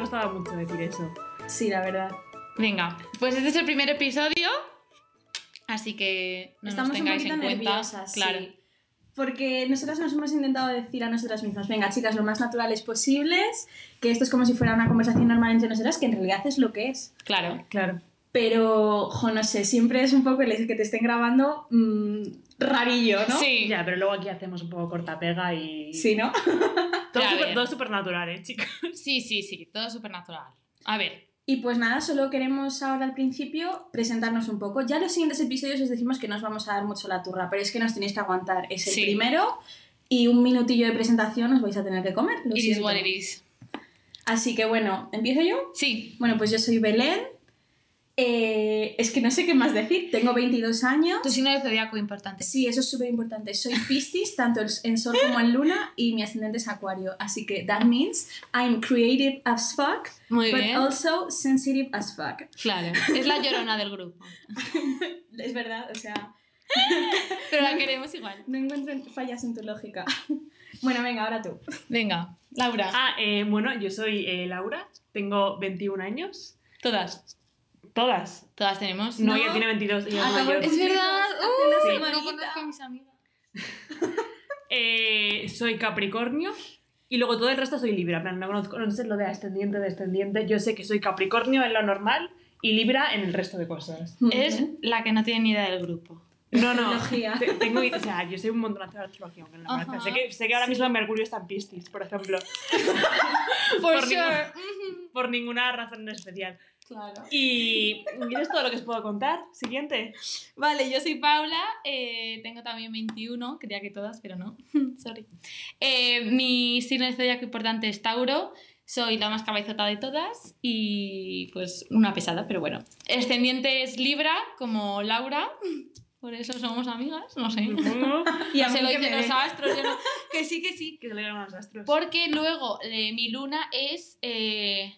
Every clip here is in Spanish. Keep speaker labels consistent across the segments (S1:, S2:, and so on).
S1: gustaba mucho decir eso.
S2: Sí, la verdad.
S3: Venga, pues este es el primer episodio, así que no
S2: Estamos
S3: nos
S2: un
S3: tengáis
S2: poquito
S3: en cuenta.
S2: nerviosas,
S3: claro.
S2: sí. Porque nosotras nos hemos intentado decir a nosotras mismas, venga chicas, lo más naturales posibles, que esto es como si fuera una conversación normal entre nosotras, que en realidad es lo que es.
S3: Claro.
S1: Claro.
S2: Pero, jo, no sé, siempre es un poco el que te estén grabando mm, rarillo, ¿no?
S3: Sí.
S1: Ya, pero luego aquí hacemos un poco cortapega y.
S2: Sí, ¿no?
S1: Todo
S3: Ya, a
S1: súper-
S3: ver.
S1: todo súper natural, ¿eh, chicas?
S3: Sí, sí, sí, todo supernatural. A ver,
S2: Y pues nada, solo queremos ahora al principio presentarnos un poco. Ya en los siguientes episodios os decimos que no os vamos a dar mucho la turra, pero es que nos tenéis que aguantar. Es el
S3: Sí.
S2: primero y un minutillo de presentación os vais a tener que comer. lo
S3: it is
S2: siento.
S3: what it is.
S2: Así que bueno, ¿empiezo yo?
S3: Sí,
S2: Bueno, pues yo soy Belén. Eh, es que no sé qué más decir. Tengo 22 años.
S3: tu signo de zodiaco importante.
S2: Sí, eso es súper importante. Soy Piscis, tanto en Sol como en Luna, y mi ascendente es Acuario. Así que that means I'm creative as fuck,
S3: Muy
S2: but
S3: bien.
S2: also sensitive as fuck.
S3: Claro, es la llorona del grupo.
S2: Es verdad, o sea,
S3: Pero la queremos igual.
S2: no encuentro fallas en tu lógica. Bueno, venga, ahora tú.
S3: Venga, Laura,
S1: Ah, eh, bueno, yo soy eh, Laura, tengo 21 años.
S3: todas.
S1: Todas.
S3: Todas tenemos.
S1: No,
S2: No.
S1: ella tiene 22. ella es
S2: Acabo de
S1: mayor.
S3: Es verdad.
S2: Ah, Hace
S3: Uh,
S2: una
S3: no
S2: semanita.
S3: conozco a mis amigas.
S1: Eh, soy Capricornio. Y luego todo el resto soy Libra. En plan, No conozco, no sé lo de ascendiente, descendiente. Yo sé que soy Capricornio en lo normal y Libra en el resto de cosas.
S3: Es la que no tiene ni idea del grupo.
S1: No, no.
S2: Astrología.
S1: Te- Tengo, o sea, yo soy un montonazo de astrología, aunque no lo
S3: Ajá.
S1: parezca. Sé que, sé que ahora mismo Mercurio está en Piscis, por ejemplo.
S3: For
S1: ninguna-
S3: sure.
S1: por ninguna razón en especial.
S3: Claro.
S1: Y y es todo lo que os puedo contar. Siguiente.
S3: Vale, yo soy Paula, eh, tengo también 21, creía que todas, pero no, sorry. Eh, mi signo de zodiaco importante es Tauro, soy la más cabezota de todas y pues una pesada, pero bueno. Ascendiente es Libra, como Laura, por eso somos amigas, no sé.
S1: Supongo
S2: Y a mí
S3: Se lo
S2: que
S3: dicen
S2: me-
S3: los astros, yo no- que sí, que sí.
S1: que se le llaman los astros.
S3: Porque luego eh, mi luna es... eh,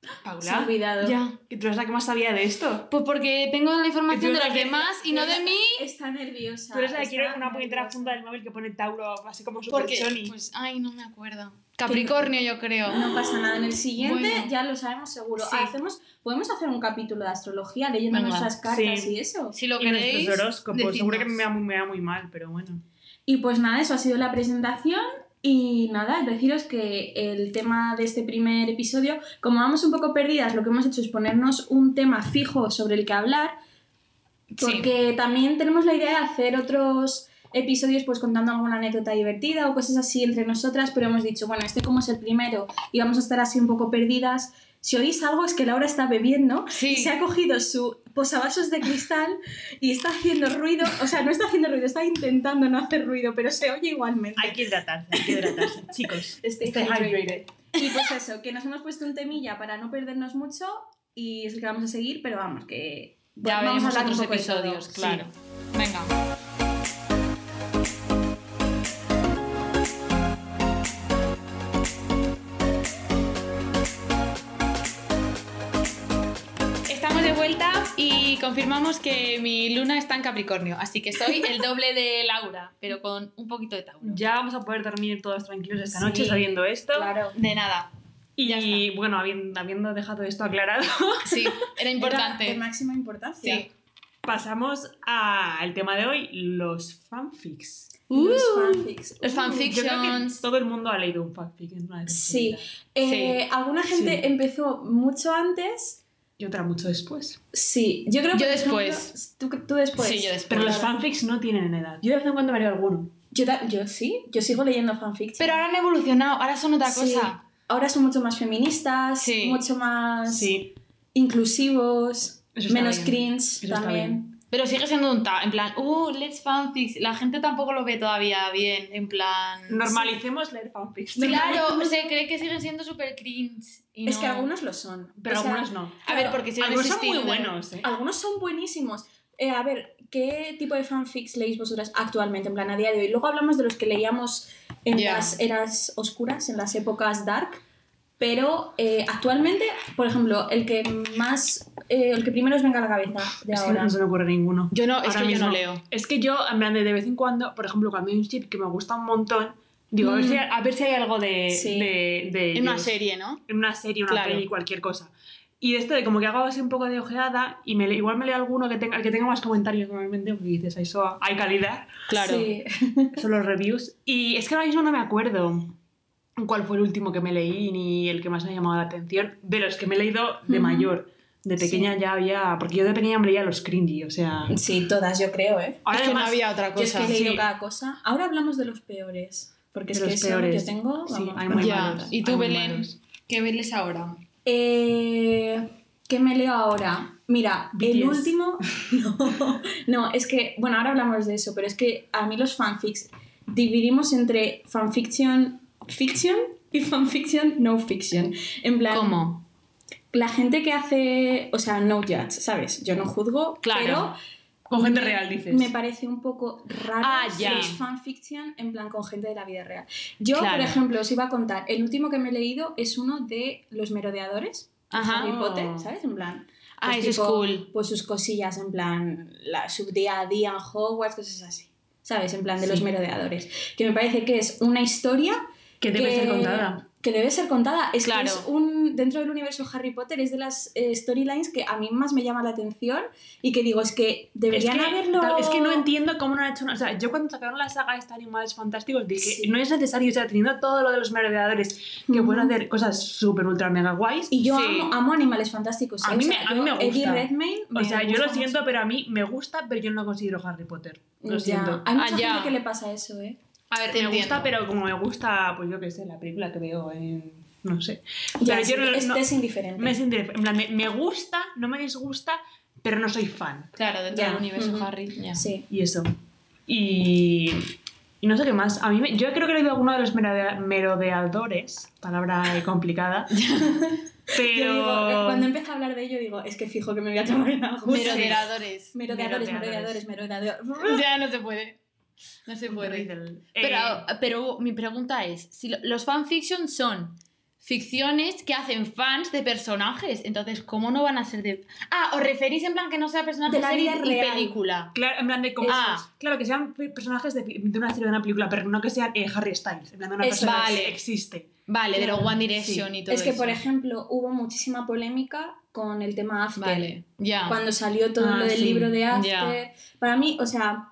S2: Se ha
S1: Paula.
S2: olvidado.
S3: Ya.
S1: Que tú eres la que más sabía de esto.
S3: Pues porque tengo la información de los
S1: eres la que-
S3: demás y no de mí.
S2: Está nerviosa.
S1: Tú eres la que
S2: está
S1: quiere una puñetera
S2: nerviosa.
S1: funda del móvil que pone Tauro así como super
S3: Porque,
S1: Sony.
S3: pues, ay, no me acuerdo. Capricornio, yo creo.
S2: No pasa nada. En el siguiente
S3: Bueno.
S2: ya lo sabemos seguro.
S3: Sí.
S2: Hacemos, podemos hacer un capítulo de astrología leyendo
S3: Venga,
S2: nuestras cartas
S1: sí.
S2: y eso.
S3: Si lo
S1: y
S3: queréis.
S1: nuestros horóscopos.
S3: decidnos.
S1: Seguro que me va, muy- me va muy mal, pero bueno.
S2: Y pues nada, eso ha sido la presentación. Y nada, deciros que el tema de este primer episodio, como vamos un poco perdidas, lo que hemos hecho es ponernos un tema fijo sobre el que hablar, porque también tenemos la idea de hacer otros episodios pues contando alguna anécdota divertida o cosas así entre nosotras, pero hemos dicho, bueno, este como es el primero y vamos a estar así un poco perdidas. Si oís algo es que Laura está bebiendo
S3: Sí.
S2: y se ha cogido su posavasos de cristal y está haciendo ruido, o sea, no está haciendo ruido, está intentando no hacer ruido, pero se oye igualmente.
S1: Hay que hidratarse, hay que hidratarse. Chicos,
S3: este
S2: Stay
S1: Stay hydrated.
S2: Y pues eso, que nos hemos puesto un temilla para no perdernos mucho y es el que vamos a seguir, pero vamos, que
S3: Ya
S2: vamos
S3: veremos
S2: hablar un
S3: otros
S2: poco de todo,
S3: episodios,
S2: sí.
S3: claro. Venga. Estamos de vuelta y confirmamos que mi luna está en Capricornio, así que soy el doble de Laura, pero con un poquito de Tauro.
S1: ya vamos a poder dormir todos tranquilos esta
S2: Sí,
S1: noche sabiendo esto.
S2: Claro.
S3: De nada. ya
S1: Y bueno, habiendo, habiendo dejado esto aclarado,
S3: Sí, era importante.
S2: Era de máxima importancia.
S3: Sí.
S1: pasamos al tema de hoy, los fanfics.
S2: Los
S3: Uh.
S2: fanfics.
S3: Los
S2: Uh.
S3: fanfics.
S1: Yo creo que
S3: Fictions.
S1: todo el mundo ha leído un fanfic en una de sus
S2: Sí.
S1: vidas.
S2: Eh, Alguna gente
S1: Sí.
S2: empezó mucho antes.
S1: Y otra mucho después.
S2: Sí, yo creo
S3: Yo
S2: que. por
S3: después.
S2: ejemplo, tú, tú después.
S3: Sí, yo después.
S1: Pero los
S2: Claro.
S1: fanfics no tienen edad. Yo de vez en cuando me leo alguno.
S2: Yo, ta- yo sí, yo sigo leyendo fanfics.
S3: Pero ahora han evolucionado, ahora son otra
S2: Sí.
S3: cosa.
S2: Ahora son mucho más feministas,
S3: Sí.
S2: mucho más
S1: Sí.
S2: inclusivos,
S1: Eso está
S2: Ah, menos
S1: bien.
S2: cringe
S1: Eso está
S2: también.
S3: Pero sigue siendo un ta, en plan, uh, let's fanfics. La gente tampoco lo ve todavía bien, en plan.
S1: Normalicemos leer fanfics.
S3: Claro, se cree que siguen siendo súper cringe. y
S2: Es
S3: no.
S2: que algunos lo son.
S1: Pero
S2: O sea,
S1: algunos no.
S3: A ver, porque siguen
S1: Algunos son muy
S3: existiendo.
S1: buenos, ¿eh?
S2: Algunos son buenísimos. Eh, a ver, ¿qué tipo de fanfics leéis vosotras actualmente, en plan a día de hoy? Luego hablamos de los que leíamos en
S3: Ya.
S2: las eras oscuras, en las épocas dark. Pero eh, actualmente, por ejemplo, el que más, eh, el que primero os venga a la cabeza de
S1: Es que
S2: ahora.
S1: no se me ocurre ninguno.
S3: Yo no, es
S1: Ahora
S3: que yo no
S1: mismo.
S3: leo.
S1: Es que yo, en plan, de de vez en cuando, por ejemplo, cuando hay un chip que me gusta un montón, Digo, a, ver
S2: Mm.
S1: si, a ver si hay algo de.
S2: Sí.
S1: de- de
S3: En una
S1: ellos.
S3: serie, ¿no?
S1: En una serie, una
S3: Claro.
S1: peli, cualquier cosa. Y de esto de como que hago así un poco de ojeada y me, le- igual me leo alguno que tenga, el que tenga más comentarios normalmente, porque dices, "Ay, soa, hay calidad,
S3: Claro.
S2: Sí.
S1: son los reviews. Y es que ahora mismo no me acuerdo cuál fue el último que me leí ni el que más me ha llamado la atención, de los que me he leído de
S2: Ujú.
S1: mayor. De pequeña ya había, porque yo de pequeña me leía los cringy, o sea...
S2: Sí, todas, yo creo, ¿eh?
S1: Ahora
S3: es que
S1: además-
S3: no había otra
S2: Yo es que
S3: cosa.
S2: he leído
S1: Sí.
S2: cada cosa. Ahora hablamos de los peores. Porque es
S1: De
S2: que
S1: los
S2: eso
S1: peores.
S2: que tengo, vamos.
S1: Sí, hay muy
S3: Ya.
S1: malos,
S4: ¿Y tú,
S1: hay muy
S4: Belén?
S1: malos.
S4: ¿Qué verles ahora?
S2: Eh, ¿Qué me leo ahora? Mira, el
S1: BTS.
S2: último. No, no, es que, bueno, ahora hablamos de eso, pero es que a mí los fanfics dividimos entre fanfiction fiction y fanfiction no fiction. En plan,
S4: ¿Cómo?
S2: la gente que hace, o sea, no judge, ¿sabes? Yo no juzgo,
S3: Claro.
S2: pero
S1: Con gente
S2: me-
S1: real, dices.
S2: Me parece un poco raro
S3: Ah, ya.
S2: los fanfiction en plan con gente de la vida real. Yo,
S3: Claro.
S2: por ejemplo, os iba a contar, el último que me he leído es uno de Los Merodeadores,
S3: Ajá.
S2: Harry
S1: Oh.
S2: Potter, ¿sabes? En plan.
S3: Ah,
S2: pues
S3: eso es
S2: tipo,
S3: cool.
S2: Pues sus cosillas, en plan, la, su día a día en Hogwarts, cosas así. ¿Sabes? En plan de los
S1: Sí.
S2: merodeadores. Que me parece que es una historia
S1: que debe ser contada.
S2: que debe ser contada. Es que
S3: Claro.
S2: es un, dentro del universo Harry Potter es de las eh, storylines que a mí más me llama la atención y que digo, es que
S1: Es
S2: deberían
S1: que,
S2: haberlo...
S1: es que no entiendo cómo no han hecho una- O sea, yo cuando sacaron la saga esta Animales Fantásticos dije,
S2: Sí.
S1: no es necesario, o sea, teniendo todo lo de los merodeadores que
S2: Ujú.
S1: pueden hacer cosas súper ultra mega guays.
S2: Y yo
S3: Sí.
S2: amo, amo Animales Fantásticos. ¿eh?
S1: A mí
S2: O
S1: me-
S2: sea,
S1: a mí me
S2: yo- Eddie
S1: gusta.
S2: Redmayne
S1: O
S2: me
S1: sea, yo
S2: gusta
S1: lo
S2: mucho.
S1: siento, pero a mí me gusta, pero yo no considero Harry Potter. Lo
S2: Ya.
S1: siento.
S2: Hay mucha
S3: Ah, ya.
S2: gente que le pasa eso, ¿eh?
S1: A ver,
S3: Te
S1: me
S3: entiendo.
S1: gusta, pero como me gusta, pues yo qué sé, la película que veo en. No sé.
S2: Ya,
S1: pero
S2: sí,
S1: yo no.
S2: es,
S1: no-
S2: es indiferente.
S1: me, es indif- en plan, me- me gusta, no me disgusta, pero no soy fan.
S4: Claro, dentro
S2: Ya.
S4: del universo
S2: Ujú.
S4: Harry. ya.
S2: Sí.
S1: Y eso. Y, y no sé qué más. A mí me- yo creo que he leído alguno de los merode- merodeadores, palabra eh, complicada.
S2: Yo digo, eh,
S1: pero.
S2: cuando empiezo a hablar de ello, digo, es que fijo que me voy a trabar en algo.
S3: Merodeadores.
S2: Merodeadores, merodeadores,
S1: Merodeadores.
S2: merodeadores.
S3: Ya no se puede. No se puede.
S1: Riddle.
S3: Pero,
S1: Eh,
S3: pero mi pregunta es, si lo- los fanfiction son ficciones que hacen fans de personajes, entonces ¿cómo no van a ser de... Ah, os referís en plan que no sea personaje
S2: De la vida
S3: y
S2: real.
S3: película.
S1: Claro, en plan de como-
S3: Eso
S1: Ah, claro, que sean pe- personajes de, fi- de una serie o de una película, pero no que sean eh, Harry Styles. En plan de una
S2: Eso
S1: persona
S3: es.
S1: que existe.
S3: Vale, de los
S2: Claro,
S3: One Direction y todo
S2: Es que, por
S3: eso.
S2: ejemplo, hubo muchísima polémica con el tema After.
S3: Vale, ya.
S2: Cuando salió todo
S1: Ah,
S2: lo del
S1: sí,
S2: libro de After.
S3: ya.
S2: Para mí, o sea,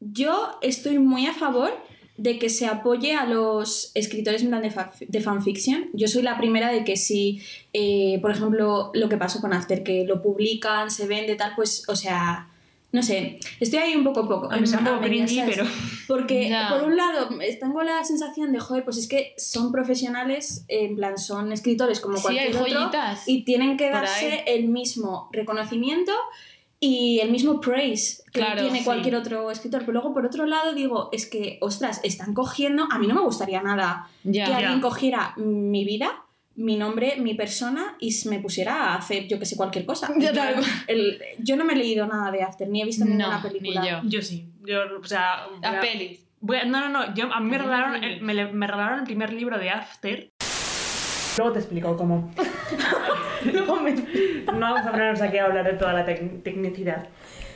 S2: yo estoy muy a favor de que se apoye a los escritores en plan de, fa- de fanfiction. Yo soy la primera de que si, eh, por ejemplo, lo que pasó con After, que lo publican, se vende, tal, pues, o sea, no sé, estoy ahí un poco poco.
S1: A mí me un poco
S2: a medias,
S1: cringy,
S2: ¿sabes?
S1: pero.
S2: Porque,
S3: Ya.
S2: por un lado, tengo la sensación de, joder, pues es que son profesionales, en plan, son escritores como
S3: sí, hay
S2: cualquier otro,
S3: joyitas.
S2: y tienen que
S3: por
S2: darse el mismo reconocimiento y el mismo praise que
S3: Claro,
S2: tiene
S3: sí.
S2: cualquier otro escritor. Pero luego, por otro lado, digo, es que, ostras, están cogiendo, a mí no me gustaría nada
S3: Ya.
S2: que alguien cogiera mi vida, mi nombre, mi persona y s- me pusiera a hacer, yo que sé, cualquier cosa.
S3: Ya, tal cual.
S2: El- yo no me he leído nada de After, ni he visto ninguna
S3: No, ni
S2: película.
S3: yo.
S1: Yo sí. Yo, o sea. voy
S3: Las
S1: a-
S3: pelis.
S1: voy a- no, no, no. yo- a mí me
S3: Yo
S1: regalaron,
S3: también.
S1: el, me, le- me regalaron el primer libro de After. Luego te explico cómo. No vamos a ponernos aquí a hablar de toda la tec- tecnicidad.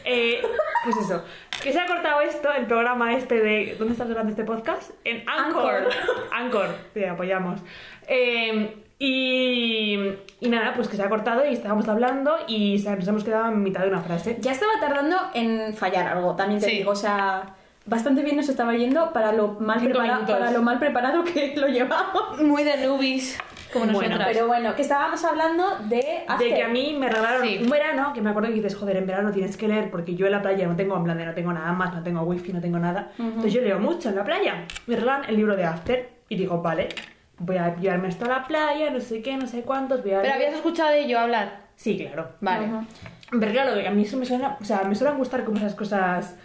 S1: Eh, pues eso. Que se ha cortado esto, el programa este de. ¿Dónde estás grabando este podcast? En Anchor. Anchor, te apoyamos. Eh, y, y nada, pues que se ha cortado y estábamos hablando y se- nos hemos quedado en mitad de una frase.
S2: Ya estaba tardando en fallar algo, también te
S3: Sí.
S2: digo, o sea, bastante bien nos estaba yendo para lo mal,
S3: Cinco
S2: prepara-
S3: minutos.
S2: para lo mal preparado que lo llevamos.
S3: Muy de nubis, como
S1: Bueno,
S3: nosotras.
S2: Pero bueno, que estábamos hablando de...
S1: De
S2: After.
S1: que a mí me regalaron
S3: Sí.
S1: un verano, que me acuerdo que dices, joder, en verano tienes que leer, porque yo en la playa no tengo, en plan de no tengo nada más, no tengo wifi, no tengo nada. Entonces yo leo mucho en la playa. Me regalan el libro de After y digo, vale, voy a llevarme esto a la playa, no sé qué, no sé cuántos, voy
S3: Pero
S1: a leer".
S3: habías escuchado de ello hablar.
S1: Sí, claro.
S3: Vale.
S2: Ajá.
S1: Pero claro, que a mí eso me suena, o sea, me suelen gustar como esas cosas...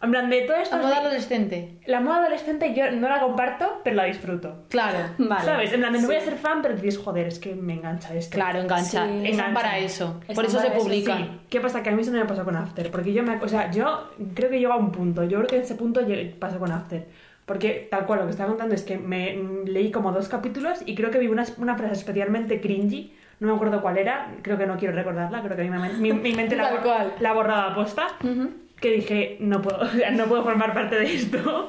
S1: En plan, de todo esto...
S3: A modo adolescente.
S1: La moda adolescente yo no la comparto, pero la disfruto.
S3: Claro.
S2: Vale.
S1: ¿Sabes? En plan, de no
S2: Sí.
S1: voy a ser fan, pero dices, joder, es que me engancha esto.
S3: Claro, engancha.
S2: Sí.
S3: Están
S1: Engancha.
S3: para eso. Por
S2: Están
S3: eso se
S2: para eso,
S3: publican.
S1: Sí, ¿qué pasa? Que a mí eso no me pasó con After, porque yo me, o sea, yo creo que llego a un punto, yo creo que en ese punto lle- pasó con After, porque tal cual lo que estaba contando es que me mm, leí como dos capítulos y creo que vi una, una frase especialmente cringy, no me acuerdo cuál era, creo que no quiero recordarla, creo que mi, mem- mi- mi mente la,
S3: Tal
S1: bor-
S3: cual.
S1: la borraba aposta, que dije, no puedo, o sea, no puedo formar parte de esto,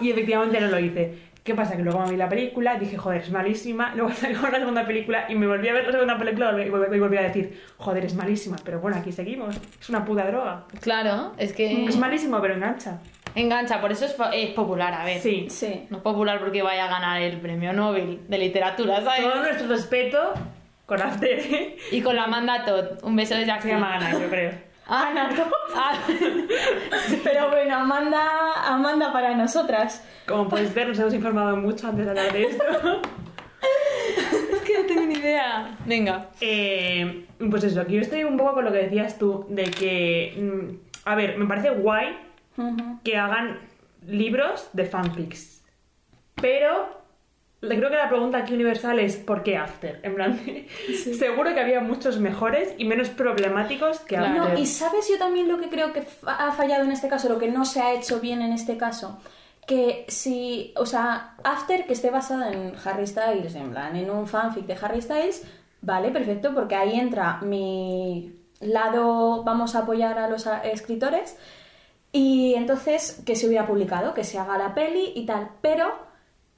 S1: y efectivamente no lo hice. ¿Qué pasa? Que luego me vi la película, dije, joder, es malísima. Luego salió una segunda película y me volví a ver la segunda película y volví, y volví a decir, joder, es malísima. Pero bueno, aquí seguimos. Es una puta droga.
S3: Claro, es que
S1: Es malísimo, pero engancha.
S3: engancha, por eso es, fa- es popular, a ver.
S1: Sí.
S2: Sí.
S3: No es popular porque vaya a ganar el premio Nobel de literatura, ¿sabes?
S1: Todo nuestro respeto con After. Se
S3: Y con la Amanda Todd, un beso de Ah, Jackson.
S1: llama Ana, yo creo.
S3: Ana Todd.
S2: Pero bueno, Amanda, Amanda para nosotras.
S1: Como podéis ver, nos hemos informado mucho antes de hablar de esto.
S3: es que no tengo ni idea. Venga.
S1: Eh, pues eso, aquí yo estoy un poco con lo que decías tú, de que. mm, A ver, me parece guay
S2: Ujú.
S1: que hagan libros de fanfics. Pero le- creo que la pregunta aquí universal es ¿por qué After? En plan, seguro que había muchos mejores y menos problemáticos que
S3: Claro.
S1: After.
S2: No, y sabes yo también lo que creo que fa- ha fallado en este caso, lo que no se ha hecho bien en este caso. Que si, o sea, After que esté basada en Harry Styles, en plan, en un fanfic de Harry Styles, vale, perfecto, porque ahí entra mi lado, vamos a apoyar a los a- escritores, y entonces que se hubiera publicado, que se haga la peli y tal, pero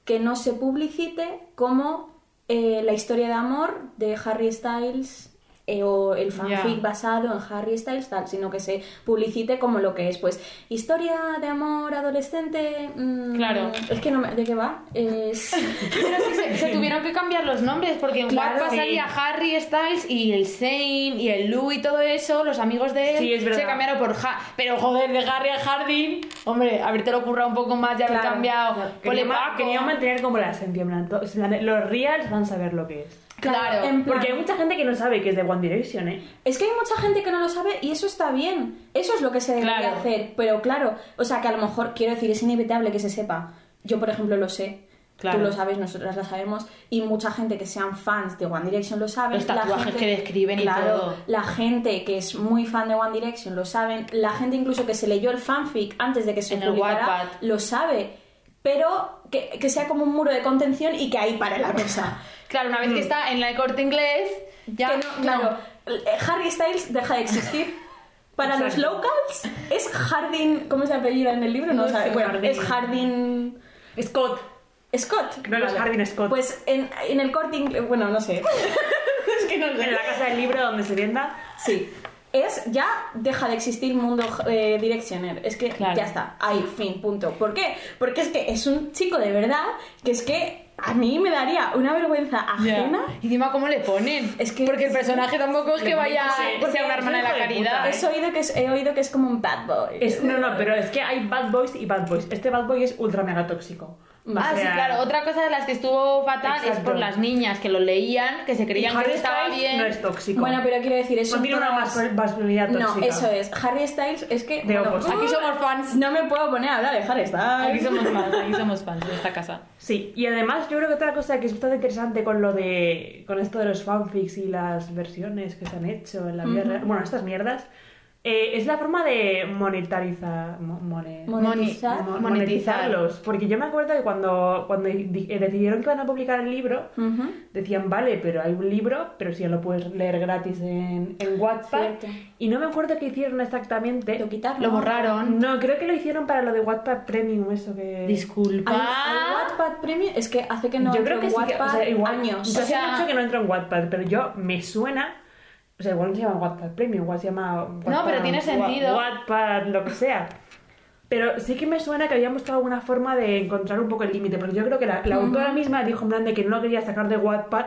S2: que no se publicite como eh, la historia de amor de Harry Styles eh, o el fanfic
S3: Ya.
S2: basado en Harry Styles tal, sino que se publicite como lo que es, pues historia de amor adolescente. mm,
S3: Claro.
S2: Es que no me- ¿De qué va? Es...
S3: Pero sí, se, se tuvieron que cambiar los nombres porque en
S2: Claro,
S3: WhatsApp
S2: sí.
S3: salía Harry Styles y el Zane y el Lou y todo eso, los amigos de él
S1: Sí, es verdad.
S3: se cambiaron por Ja. Pero joder, de Harry a Hardin, hombre, haberte lo currado un poco más, ya lo he
S2: Claro,
S3: cambiado. Ponle
S1: Quería, ma-
S3: Paco.
S1: quería mantener como la esencia, en plan, to- en plan, los reals van a saber lo que es.
S3: Claro,
S2: en plan-
S1: Porque hay mucha gente que no sabe que es de One Direction, ¿eh?
S2: Es que hay mucha gente que no lo sabe y eso está bien. Eso es lo que se debería
S3: Claro.
S2: hacer. Pero claro, o sea, que a lo mejor, quiero decir, es inevitable que se sepa. Yo, por ejemplo, lo sé.
S3: Claro.
S2: Tú lo sabes, nosotras lo sabemos. Y mucha gente que sean fans de One Direction lo sabe.
S3: Los tatuajes que describen y
S2: claro,
S3: todo.
S2: La gente que es muy fan de One Direction lo saben. La gente incluso que se leyó el fanfic antes de que se
S3: En el
S2: publicara
S3: Wattpad.
S2: lo sabe. Pero que, que sea como un muro de contención y que ahí pare la cosa.
S3: Claro, una vez que está en la corte inglés, ya.
S2: Que no- claro, eh, Harry Styles deja de existir. Para los
S1: Exacto.
S2: locals es Hardin, ¿cómo se apellida en el libro? No,
S1: No
S2: sabe.
S1: sé,
S2: Bueno,
S1: Hardin.
S2: es Hardin
S1: Scott.
S2: Scott.
S1: No, no es Hardin Scott.
S2: Pues en, en el corte inglés, bueno, no sé. es que no
S1: En la casa del libro donde se venda.
S2: Sí. Es ya deja de existir mundo eh, directioner. Es que
S3: Claro.
S2: ya está. Ahí, fin, punto. ¿Por qué? Porque es que es un chico de verdad que es que a mí me daría una vergüenza
S3: Ya.
S2: ajena.
S3: Y encima, ¿cómo le ponen?
S2: Es que-
S3: Porque el personaje tampoco es que
S1: Le ponen
S3: vaya.
S1: que se-
S3: Porque sea una
S1: es
S3: hermana de la
S1: un hijo de
S3: caridad.
S1: puta, ¿eh?
S2: He oído que es, he oído que es como un bad boy.
S1: Es- no, no, pero es que hay bad boys y bad boys. Este bad boy es ultra mega tóxico. ¿eh? O
S3: Ah, sí,
S1: sea,
S3: claro. Otra cosa de las que estuvo fatal es
S1: Exacto.
S3: por las niñas que lo leían, que se
S1: y
S3: creían
S1: Harry
S3: que estaba
S1: Styles
S3: bien.
S1: No es tóxico.
S2: Bueno, pero quiero decir, eso
S1: No tiene Pues una mas- masculinidad
S2: No,
S1: tóxica.
S2: eso es. Harry Styles es que.
S1: De opuesto.
S3: Aquí somos fans.
S2: No me puedo poner a hablar de Harry
S3: pues, Aquí
S2: Styles.
S3: somos fans, aquí somos fans de esta casa.
S1: Sí, y además yo creo que otra cosa que es bastante interesante con lo de con esto de los fanfics y las versiones que se han hecho en la vida real- bueno, estas mierdas, eh, es la forma de monetarizar mo- mone-
S2: Monetizar.
S1: mo-
S3: Monetizar.
S1: monetizarlos, porque yo me acuerdo que cuando cuando di- eh, decidieron que iban a publicar el libro
S2: Ujú.
S1: Decían, vale, pero hay un libro, pero si ya lo puedes leer gratis en, en Wattpad.
S2: Cierto.
S1: Y no me acuerdo qué hicieron exactamente.
S2: Lo quitaron.
S3: Lo borraron.
S1: No, creo que lo hicieron para lo de Wattpad Premium, eso que...
S3: Disculpa.
S2: Al, al Wattpad Premium es que hace que no
S1: yo creo
S2: entro
S1: que
S2: en
S1: sí que-
S2: Wattpad
S1: o sea, igual-
S2: años.
S1: Yo
S3: O
S1: sé
S3: sea-
S1: mucho que no entro en Wattpad, pero yo me suena... O sea, igual no se llama Wattpad Premium, igual se llama... Wattpad-
S3: pero tiene
S1: Wa-
S3: sentido.
S1: Wattpad, lo que sea. Pero sí que me suena que habían buscado alguna forma de encontrar un poco el límite, porque yo creo que la, la autora misma dijo en plan de que no quería sacar de Wattpad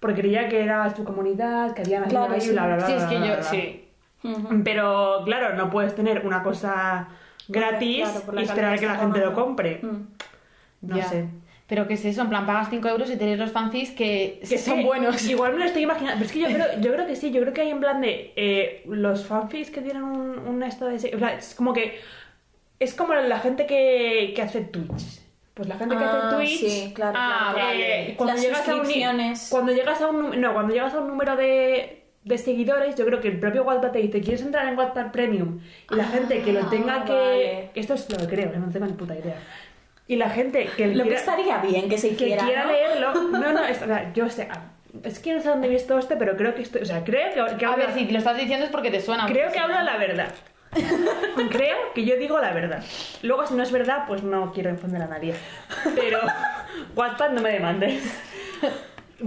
S1: porque creía que era su comunidad, que había
S2: Claro,
S1: ahí,
S2: sí.
S1: bla, bla, bla,
S3: Sí, es que
S1: bla, bla,
S3: yo.
S1: bla.
S3: Sí.
S2: Ujú.
S1: Pero claro, no puedes tener una cosa gratis
S2: Claro, por la
S1: y esperar
S2: calidad
S1: que la
S2: está
S1: gente lo
S2: tomando.
S1: compre.
S2: Mm.
S1: No
S3: Ya.
S1: sé.
S3: Pero que es eso, en plan, pagas 5 euros y tenéis los fanfics que,
S1: Que
S3: son
S1: sí,
S3: buenos.
S1: Igual me lo estoy imaginando. Pero es que yo creo, yo creo que sí, yo creo que hay en plan de eh, los fanfics que tienen un, un esto de. O sea, es como que. Es como la gente que, que hace Twitch. Pues la gente que
S2: Ah,
S1: hace Twitch.
S2: sí, claro,
S3: Ah,
S2: claro, claro.
S1: eh, cuando
S2: Las
S1: llegas a un
S2: suscripciones.
S1: cuando llegas a un num- no cuando llegas a un número de, de seguidores yo creo que el propio WhatsApp te dice quieres entrar en WhatsApp Premium y la
S2: Ah,
S1: gente que lo tenga que
S2: vale.
S1: esto es lo que creo que no tengo ni puta idea y la gente que
S2: Lo que
S1: quiera-
S2: estaría bien que se
S1: que
S2: hiciera.
S1: quiera
S2: ¿no?
S1: leerlo no no es, o sea, yo sé ah, es que no sé dónde he visto esto pero creo que estoy o sea creo que, que
S3: A
S1: habla-
S3: ver, si lo estás diciendo es porque te suena.
S1: creo
S3: porque
S1: que
S3: si
S1: hablo
S3: no-
S1: la verdad creo que yo digo la verdad luego si no es verdad pues no quiero ofender a nadie pero Wattpad no me demandes.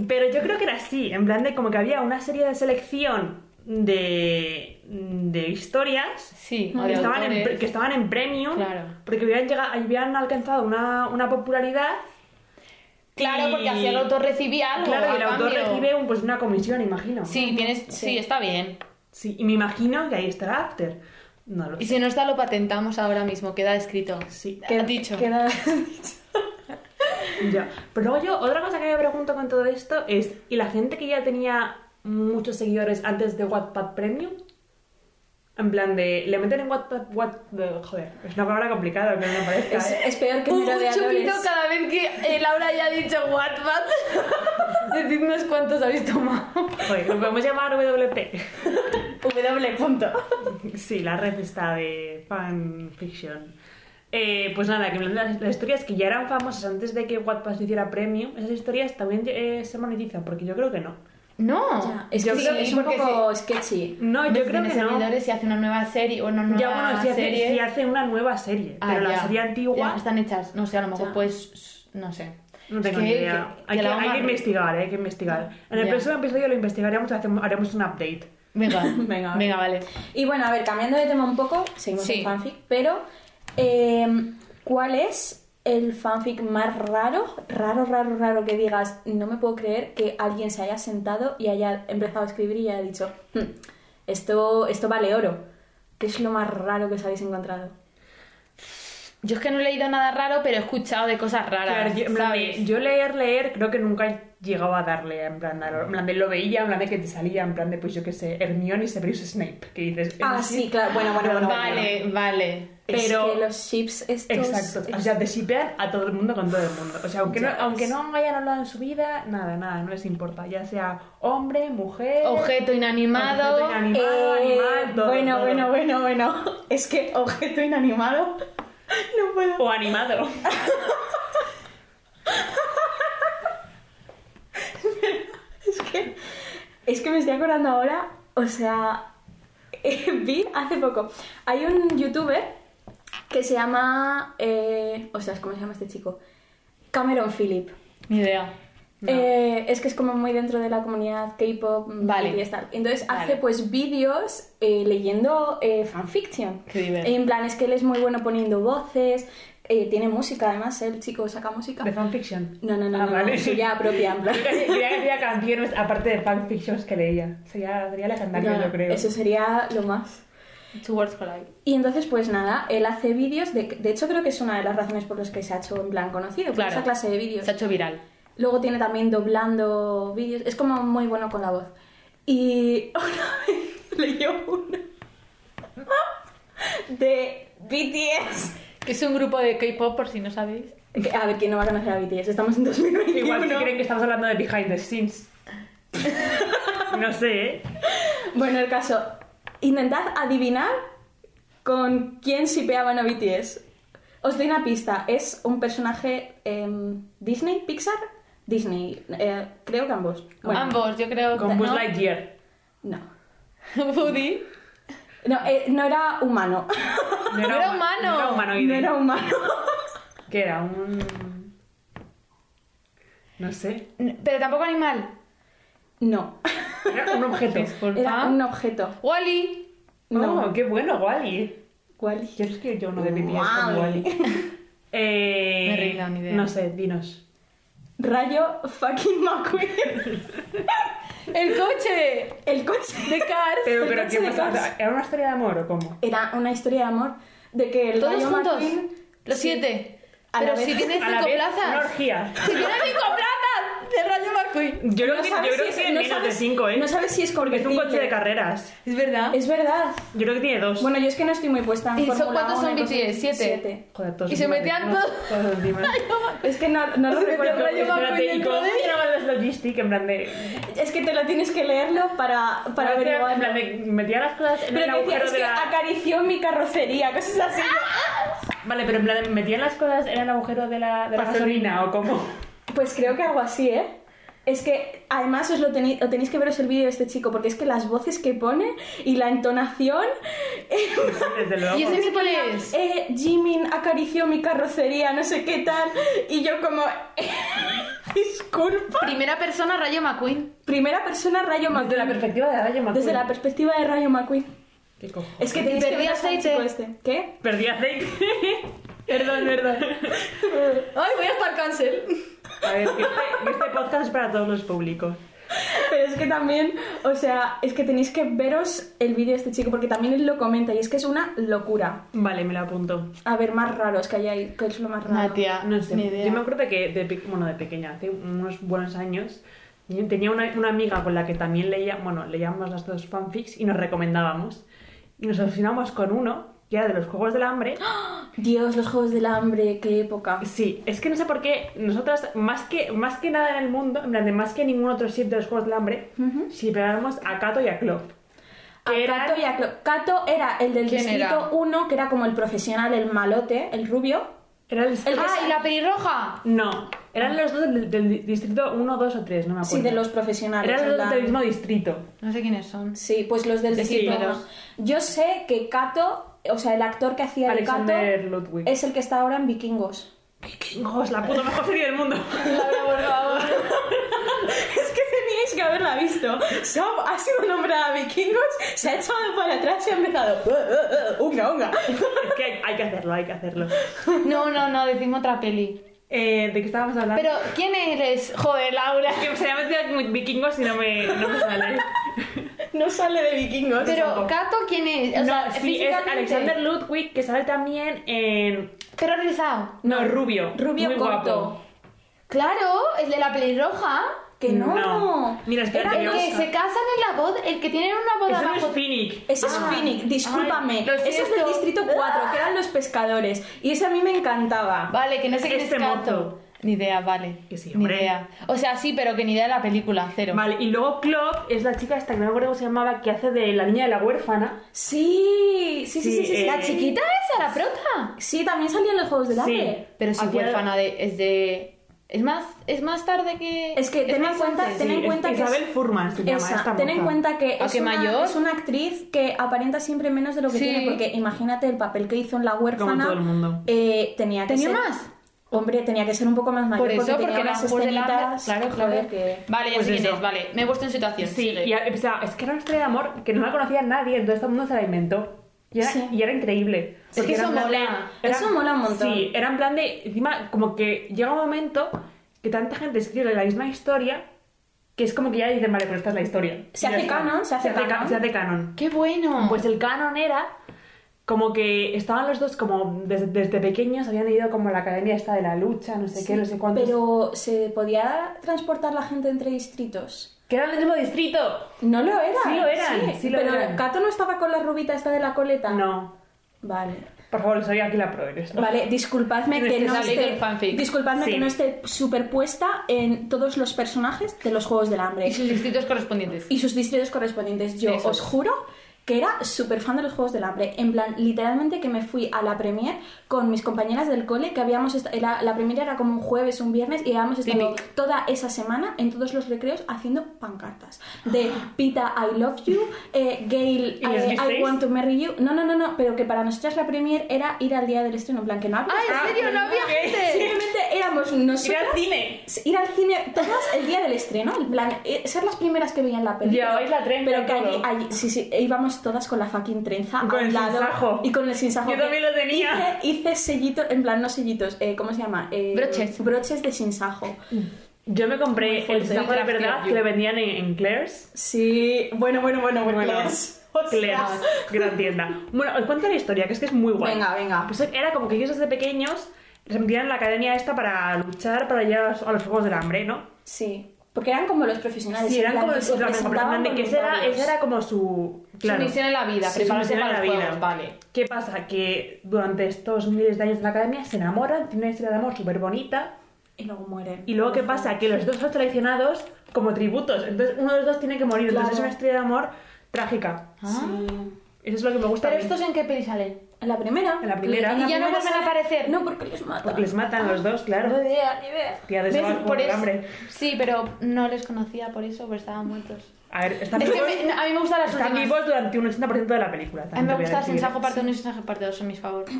S1: Pero yo creo que era así, en plan de como que había una serie de selección de, de historias
S3: Sí,
S1: que estaban, en, pre- que estaban en premium
S3: Claro.
S1: porque habían, llegado, habían alcanzado una, una popularidad.
S3: Claro, porque así el autor recibía algo.
S1: Claro,
S3: a
S1: y el autor
S3: cambio.
S1: recibe un- pues una comisión, imagino.
S3: Sí, tienes... sí. está bien.
S1: Sí, y me imagino que ahí estará After. No lo
S3: Y
S1: sé.
S3: si no está, lo patentamos ahora mismo, queda escrito.
S1: Sí,
S3: ¿Qué has dicho?
S2: Queda-
S1: ya. Pero luego yo, otra cosa que me pregunto con todo esto es, ¿y la gente que ya tenía muchos seguidores antes de Wattpad Premium? En plan de, le meten en Wattpad, Watt, de- joder, es una palabra complicada, que no parezca,
S2: es,
S1: ¿eh?
S2: es peor que
S3: Un,
S2: mi
S3: un chupito
S2: rodeadores.
S3: cada vez que eh, Laura haya dicho Wattpad. Decidnos cuántos habéis tomado.
S1: Joder, lo podemos llamar WP.
S3: W. Punto.
S1: Sí, la red está de fanfiction. Eh, pues nada, que en plan las, las historias que ya eran famosas antes de que Wattpad se hiciera premium, esas historias también eh, se monetizan, porque yo creo que no.
S3: No.
S2: Ya, es
S3: Yo
S2: que sí,
S3: creo que
S2: es
S3: sí,
S2: un
S3: porque
S2: poco sketchy.
S1: No, yo creo que no.
S3: seguidores si hace una nueva serie o una nueva
S1: Ya bueno, si hace,
S3: serie.
S1: si hace una nueva serie,
S3: Ah,
S1: pero la
S3: ya.
S1: serie antigua
S3: Ya, están hechas, no sé, a lo mejor
S2: Ya.
S3: pues. No sé.
S1: no tengo
S3: Es
S1: ni
S3: que-
S1: idea.
S3: que-
S1: hay,
S3: que
S1: que,
S3: la
S1: hay
S3: vamos
S1: que
S3: a-
S1: investigar, eh, hay que investigar. En el
S3: Ya.
S1: próximo episodio lo investigaremos y hacemos- haremos un update.
S3: Venga,
S1: Venga.
S3: venga, vale.
S2: Y bueno, a ver, cambiando de tema un poco, seguimos
S3: Sí.
S2: en fanfic, pero eh, ¿cuál es el fanfic más raro, raro, raro, raro que digas, no me puedo creer que alguien se haya sentado y haya empezado a escribir y haya dicho, "Hmm, esto, esto vale oro? ¿Qué es lo más raro que os habéis encontrado?
S3: Yo es que no he leído nada raro, pero he escuchado de cosas raras.
S1: Claro, yo, en plan de-
S3: ¿sabes?
S1: yo leer, leer, creo que nunca llegaba a darle, en plan, a- en plan de lo veía, en plan de que te salía, en plan de, pues yo qué sé, Hermione y Severus Snape, que dices...
S2: Ah,
S1: ¿es
S2: sí,
S1: así?
S2: claro, bueno, bueno, bueno.
S3: vale, vale.
S1: Pero-
S2: Pero... Es que los chips estos...
S1: Exacto, o sea, te shipean a todo el mundo con todo el mundo. O sea, aunque no,
S2: Ya
S1: aunque
S2: ves.
S1: no hayan hablado en su vida, nada, nada, no les importa. Ya sea hombre, mujer,
S3: Objeto inanimado.
S1: objeto inanimado,
S2: Eh,
S1: animal, todo,
S2: bueno,
S1: todo.
S2: bueno, bueno, bueno. Es que objeto inanimado. No puedo.
S1: o animado.
S2: Es que, es que me estoy acordando ahora, o sea, vi hace poco, hay un youtuber que se llama, eh, o sea, ¿cómo se llama este chico? Cameron Phillip.
S3: Ni idea.
S2: Eh, es que es como muy dentro de la comunidad K-pop mm,
S3: Vale.
S2: y tal. Entonces
S3: Vale.
S2: hace pues vídeos eh, leyendo eh, fanfiction.
S3: Qué divertido.
S2: En plan, es que él es muy bueno poniendo voces, eh, tiene música además, el chico saca música.
S1: De fanfiction.
S2: No, no, no,
S1: Ah,
S2: no,
S1: vale.
S2: suya propia, en plan.
S1: Yo casi quería que hiciera canciones aparte de fanfictions que leía. Sería, sería legendario,
S2: Ya,
S1: yo creo.
S2: Eso sería lo más.
S3: Two words collide.
S2: Y entonces, pues nada, él hace vídeos, de, de hecho creo que es una de las razones por las que se ha hecho en plan conocido, por
S3: Claro.
S2: esa clase de vídeos.
S3: Se ha hecho viral.
S2: Luego tiene también doblando vídeos, es como muy bueno con la voz. Y una vez leyó uno de BTS.
S3: Que es un grupo de K-pop, por si no sabéis.
S2: Que- A ver, ¿quién no va a conocer a BTS? Estamos en 2021.
S1: Igual si creen que estamos hablando de behind the scenes. No sé, ¿eh?
S2: Bueno, el caso, intentad adivinar con quién sipeaban a BTS. Os doy una pista, es un personaje em, Disney, Pixar, Disney, eh, creo que ambos. Bueno,
S3: Ambos, yo creo.
S1: Con Buzz
S3: ¿no?
S1: Lightyear.
S2: No,
S3: Woody.
S2: no, eh, no era humano,
S1: No
S3: era
S1: huma-
S3: humano.
S1: No era humanoide.
S2: no era humano.
S1: Que era un... No sé.
S3: N- Pero tampoco animal.
S2: No,
S1: Era un objeto.
S2: era un objeto.
S3: Wally.
S1: No,
S2: No,
S3: Oh.
S1: qué bueno, Wally.
S2: ¿cuál?
S1: Quiero escribir yo uno de BTS
S2: Guau.
S1: con Wally. Eh,
S3: Me he reído, ni idea.
S1: No sé, dinos.
S2: Rayo fucking McQueen.
S3: El coche.
S2: El coche.
S3: De Cars.
S1: Pero,
S2: El
S1: pero
S2: coche
S1: ¿qué
S2: de
S1: pasa?
S2: Cars.
S1: ¿Era una historia de amor o cómo?
S2: Era una historia de amor de que el
S3: Todos
S2: Rayo
S3: juntos.
S2: McQueen-
S3: Los
S2: Sí.
S3: siete.
S2: A la
S3: Pero
S2: vez.
S3: si tiene
S1: A la
S3: cinco
S1: vez, una
S3: plazas.
S1: orgía.
S3: Si tiene cinco plazas. De Rayo McQueen.
S1: Yo creo que, yo creo
S2: sabes si
S1: que
S2: es-
S1: tiene
S2: no
S1: menos
S2: sabes-
S1: de 5, ¿eh?
S2: no sabes si es
S1: Porque es un coche de
S2: convertible.
S1: carreras.
S3: Es verdad.
S2: Es verdad.
S1: Yo creo que tiene dos.
S2: Bueno, yo es que no estoy muy puesta en
S3: ¿Y son-
S2: Fórmula
S3: cuántos son
S2: 1 y cosas
S3: BTS?
S2: así.
S3: ¿Siete?
S2: Siete.
S1: Joder, todos
S3: y se
S1: encima,
S3: metían
S1: ¿no?
S3: todos-
S1: todos encima.
S2: Es que no, no lo
S3: Se metió
S2: recuerdo.
S3: Rayo
S2: pero-
S3: McQueen.
S1: Espérate, ¿y
S3: dentro
S1: cómo
S3: de-
S1: funcionaban los logistic? En plan de...
S2: Es que te lo tienes que leerlo para, para
S1: Parece- En plan
S2: averiguarlo.
S1: de... Metía las cosas en el
S2: Pero que
S1: agujero
S2: es
S1: de
S2: que
S1: la...
S2: acarició mi carrocería, cosas así.
S1: Vale, pero en plan de... Metían las cosas en el agujero de la, de la
S3: Gasolina.
S1: gasolina o cómo.
S2: Pues creo que algo así, ¿eh? Es que además os lo tenéis, o tenéis que veros el vídeo de este chico, porque es que las voces que pone y la entonación.
S1: Desde luego.
S3: ¿Y ese tipo es?
S2: Eh, Jimin acarició mi carrocería, no sé qué tal. Y yo, como. Disculpa.
S3: Primera persona, Rayo McQueen.
S2: Primera persona, Rayo McQueen.
S1: Desde la perspectiva de Rayo McQueen.
S2: Desde la perspectiva de Rayo McQueen.
S1: ¿Qué cojo?
S2: Es que
S3: Y
S2: tenéis que
S3: perdí
S2: veros al
S3: aceite.
S2: chico este. ¿Qué?
S1: Perdí aceite.
S2: Perdón, perdón.
S3: ¡Ay, voy a estar cancel!
S1: A ver, que este, que este podcast es para todos los públicos.
S2: Pero es que también, o sea, es que tenéis que veros el vídeo de este chico, porque también él lo comenta y es que es una locura.
S1: Vale, me lo apunto.
S2: A ver, más raros que hay ahí, que es lo más raro.
S1: No sé. Yo me acuerdo que de, pe- bueno, de pequeña, hace unos buenos años, yo tenía una, una amiga con la que también leía, bueno, leíamos las dos fanfics y nos recomendábamos. Y nos obsesionamos con uno, que era de los Juegos del Hambre.
S2: ¡Ah! Dios, los Juegos del Hambre, qué época.
S1: Sí, es que no sé por qué nosotras, más que, más que nada en el mundo, en plan de más que ningún otro sitio de los Juegos del Hambre,
S2: Ujú.
S1: si pegáramos a Kato y a Clop.
S2: A
S1: Que eran-
S2: Cato Ah, y a Clo- Cato era el del
S3: ¿Quién era?
S2: distrito 1, que era como el profesional, el malote, el rubio.
S1: Era el...
S2: El que
S3: ¡Ah, y la pelirroja!
S1: No, eran los dos del, del distrito 1, 2 o 3, no me acuerdo.
S2: Sí, de los profesionales.
S1: Eran los
S2: en
S1: dos del
S2: plan-
S1: mismo distrito.
S3: No sé quiénes son.
S2: Sí, pues los del
S1: Sí,
S2: distrito
S1: pero-
S2: 1. Yo sé que Cato, o sea, el actor que hacía de Cato,
S1: Alexander Ludwig.
S2: es el que está ahora en Vikingos.
S1: Vikingos, la puta mejor serie del mundo.
S2: Es que teníais que haberla visto. Sob ha sido nombrada vikingos, se ha echado para atrás y ha empezado. "Uh, uh, uh, Unga, unga.
S1: es que hay, hay que hacerlo, hay que hacerlo.
S3: No, no, no, decimos otra peli.
S1: Eh, ¿De qué estábamos hablando?
S3: Pero, ¿quién eres? Joder, Laura.
S1: Que se me ha metido como vikingos y no me, no me sale.
S2: No sale de vikingos.
S3: Pero, ¿Cato quién es? O
S1: no,
S3: sea,
S1: sí, es
S3: físicamente.
S1: Alexander Ludwig, que sale también en...
S3: Pero rizado.
S1: No, Rubio.
S2: Rubio
S1: muy
S2: corto.
S1: guapo.
S3: Claro, el de la pelirroja.
S2: Que no.
S1: No. Mira, espérate,
S2: Era
S3: El que
S2: ese.
S3: se casan en la boda, el que tienen una boda
S1: Ese no es
S3: bajo.
S1: Finnick.
S2: Ese es Phoenix, discúlpame.
S3: Ay, lo
S2: Ese es del
S3: siento.
S2: distrito 4, que eran los pescadores. Y ese a mí me encantaba.
S3: Vale, que no sé quién
S1: Este
S3: es Cato.
S1: mozo.
S3: Ni idea, vale.
S1: Que sí,
S3: Ni
S1: hombre.
S3: idea. O sea, sí, pero que ni idea de la película, cero.
S1: Vale, y luego Klopp es la chica esta que no me acuerdo cómo se llamaba, que hace de la niña de la huérfana.
S2: Sí, sí, sí, sí.
S1: Sí,
S2: sí, sí.
S1: eh,
S3: ¿La chiquita esa, la prota?
S2: Sí, también salían los juegos del hambre.
S3: Pero si
S1: Hacía-
S3: huérfana de, es de... Es más, es más tarde que...
S2: Es que ten en
S3: más
S2: cuenta-
S3: antes.
S2: ten en
S1: Sí, es
S2: cuenta que es-
S1: Isabel Furman se llama
S2: Esa,
S1: esta
S2: ten en
S1: moza.
S2: cuenta que es
S3: Aunque
S2: una,
S3: mayor.
S2: es una actriz que aparenta siempre menos de lo que
S3: Sí.
S2: tiene, porque imagínate el papel que hizo en La huérfana.
S1: Como todo el mundo.
S2: eh, tenía que
S3: ¿Tenía
S2: ser-
S3: más?
S2: Hombre, tenía que ser un poco más mayor
S3: Por eso, porque,
S2: tenía
S3: la
S2: unas
S3: mujer del hambre...
S2: escenitas...
S3: Claro, claro.
S2: joder, que-
S3: Vale, ya
S1: Pues
S3: sé quién
S1: eso.
S3: es, vale. Me he puesto en situación.
S1: Sí,
S3: sigue.
S1: y, o sea, es que era una historia de amor que no la conocía nadie, entonces todo el mundo se la inventó. Y era,
S2: Sí.
S1: y era increíble.
S3: que
S1: Porque
S3: eso
S1: era en plan de-
S3: mola.
S1: era-
S2: Eso mola un montón.
S1: Sí, era en plan de. Encima, como que llega un momento que tanta gente escribe la misma historia que es como que ya dicen, vale, pero esta es la historia.
S2: Se
S1: Y ya
S2: hace
S1: está.
S2: canon, se hace
S1: ca-
S2: canon.
S1: se hace canon.
S3: ¡Qué bueno!
S1: Pues el canon era como que estaban los dos como desde, desde pequeños habían ido como a la academia esta de la lucha, no sé qué, no sé cuánto.
S2: Pero se podía transportar la gente entre distritos.
S1: Que eran del mismo distrito.
S2: No lo era.
S1: Sí lo eran, sí lo
S2: pero
S1: eran.
S2: Cato no estaba con la rubita esta de la coleta.
S1: No.
S2: Vale.
S1: Por favor, soy aquí la pro de esto.
S2: Ah. Vale, disculpadme
S1: No
S2: que
S1: estés
S2: no
S3: hablando
S2: esté,
S3: del fanfic.
S2: disculpadme
S1: Sí.
S2: que no esté superpuesta en todos los personajes de los Juegos del
S3: Y
S2: Hambre
S3: sus distritos correspondientes.
S2: y sus distritos correspondientes. Yo
S3: Eso.
S2: os juro que era súper fan de los Juegos del Hambre. En plan, literalmente que me fui a la premier con mis compañeras del cole, que habíamos... est- era- la premier era como un jueves, un viernes, y habíamos estado
S3: Típico.
S2: toda esa semana en todos los recreos haciendo pancartas. De Pita, I love you, eh, Gail,
S1: ¿Y les
S2: eh, I
S1: visteis?
S2: want to marry you. No, no, no, no, pero que para nosotras la premier era ir al día del estreno. En plan, que no había...
S3: ¡Ah, en serio! ¡No había gente!
S2: Simplemente éramos nosotras. Ir al cine. Ir al cine todas el día del estreno. En plan, eh, ser las primeras que veían la película.
S1: Llevabais la trenza
S2: Pero que
S1: y todo.
S2: allí, allí- sí, sí, íbamos todas con la fucking trenza
S1: Y con
S2: a un
S1: el
S2: lado.
S1: sinsajo.
S2: Y con el sinsajo.
S1: Yo también lo tenía.
S2: Hice, hice sellitos, en plan, no sellitos, eh, ¿cómo se llama? Eh,
S3: Broches.
S2: Broches de sinsajo.
S1: Yo me compré el saco de
S3: Craft
S1: verdad
S3: Beer,
S1: que
S3: you.
S1: le vendían en, en Claire's.
S2: Sí, bueno, bueno, bueno, bueno. Claire's. O sea,
S1: Claire's, gran tienda. Bueno, os cuento la historia, que es que es muy guay.
S2: Venga, venga.
S1: Pues era como que ellos desde pequeños se metían en la academia esta para luchar, para llegar a los- a los Juegos del Hambre, ¿no?
S2: Sí. Porque eran como los profesionales.
S1: Sí,
S2: en
S1: eran
S2: plan,
S1: como
S2: que
S1: los
S2: se
S1: la mejor
S2: presentaban
S1: plan de
S2: con
S1: que
S2: los
S1: esa era,
S2: novios.
S1: esa era como su... Claro,
S3: Su misión en la vida,
S1: su
S3: prepararse
S1: misión en
S3: para
S1: la
S3: los
S1: vida.
S3: juegos, vale.
S1: ¿Qué pasa? Que durante estos miles de años de la academia se enamoran, tienen una historia de amor súper bonita,
S2: Y luego mueren.
S1: Y luego, ¿qué pasa? Que los dos son traicionados como tributos. Entonces, uno de los dos tiene que morir.
S2: Claro.
S1: Entonces, es una historia de amor trágica.
S2: Sí.
S1: Eso es lo que me gusta.
S3: Ah, ¿Pero
S1: a mí.
S3: estos en qué peli salen?
S2: En la primera.
S1: En la primera.
S2: En la
S3: Y ya no vuelven a
S2: sale-
S3: aparecer.
S2: No, porque los matan.
S1: Porque les matan los dos,
S3: No
S1: claro.
S3: ni idea, ni idea.
S1: Tía, de
S3: ¿Ves?
S1: ese barco
S3: Por
S1: de
S3: eso-
S1: hambre.
S3: Sí, pero no les conocía por eso, porque estaban muertos.
S1: A ver, están
S3: Es que
S1: vivos,
S3: me- a mí me gustan las
S1: están
S3: últimas.
S1: vivos durante un 80% de la película.
S3: A mí
S1: también
S3: me
S1: te voy
S3: gusta
S1: decir.
S3: Sinsajo parte 1 y Sinsajo parte 2 son mis favoritos.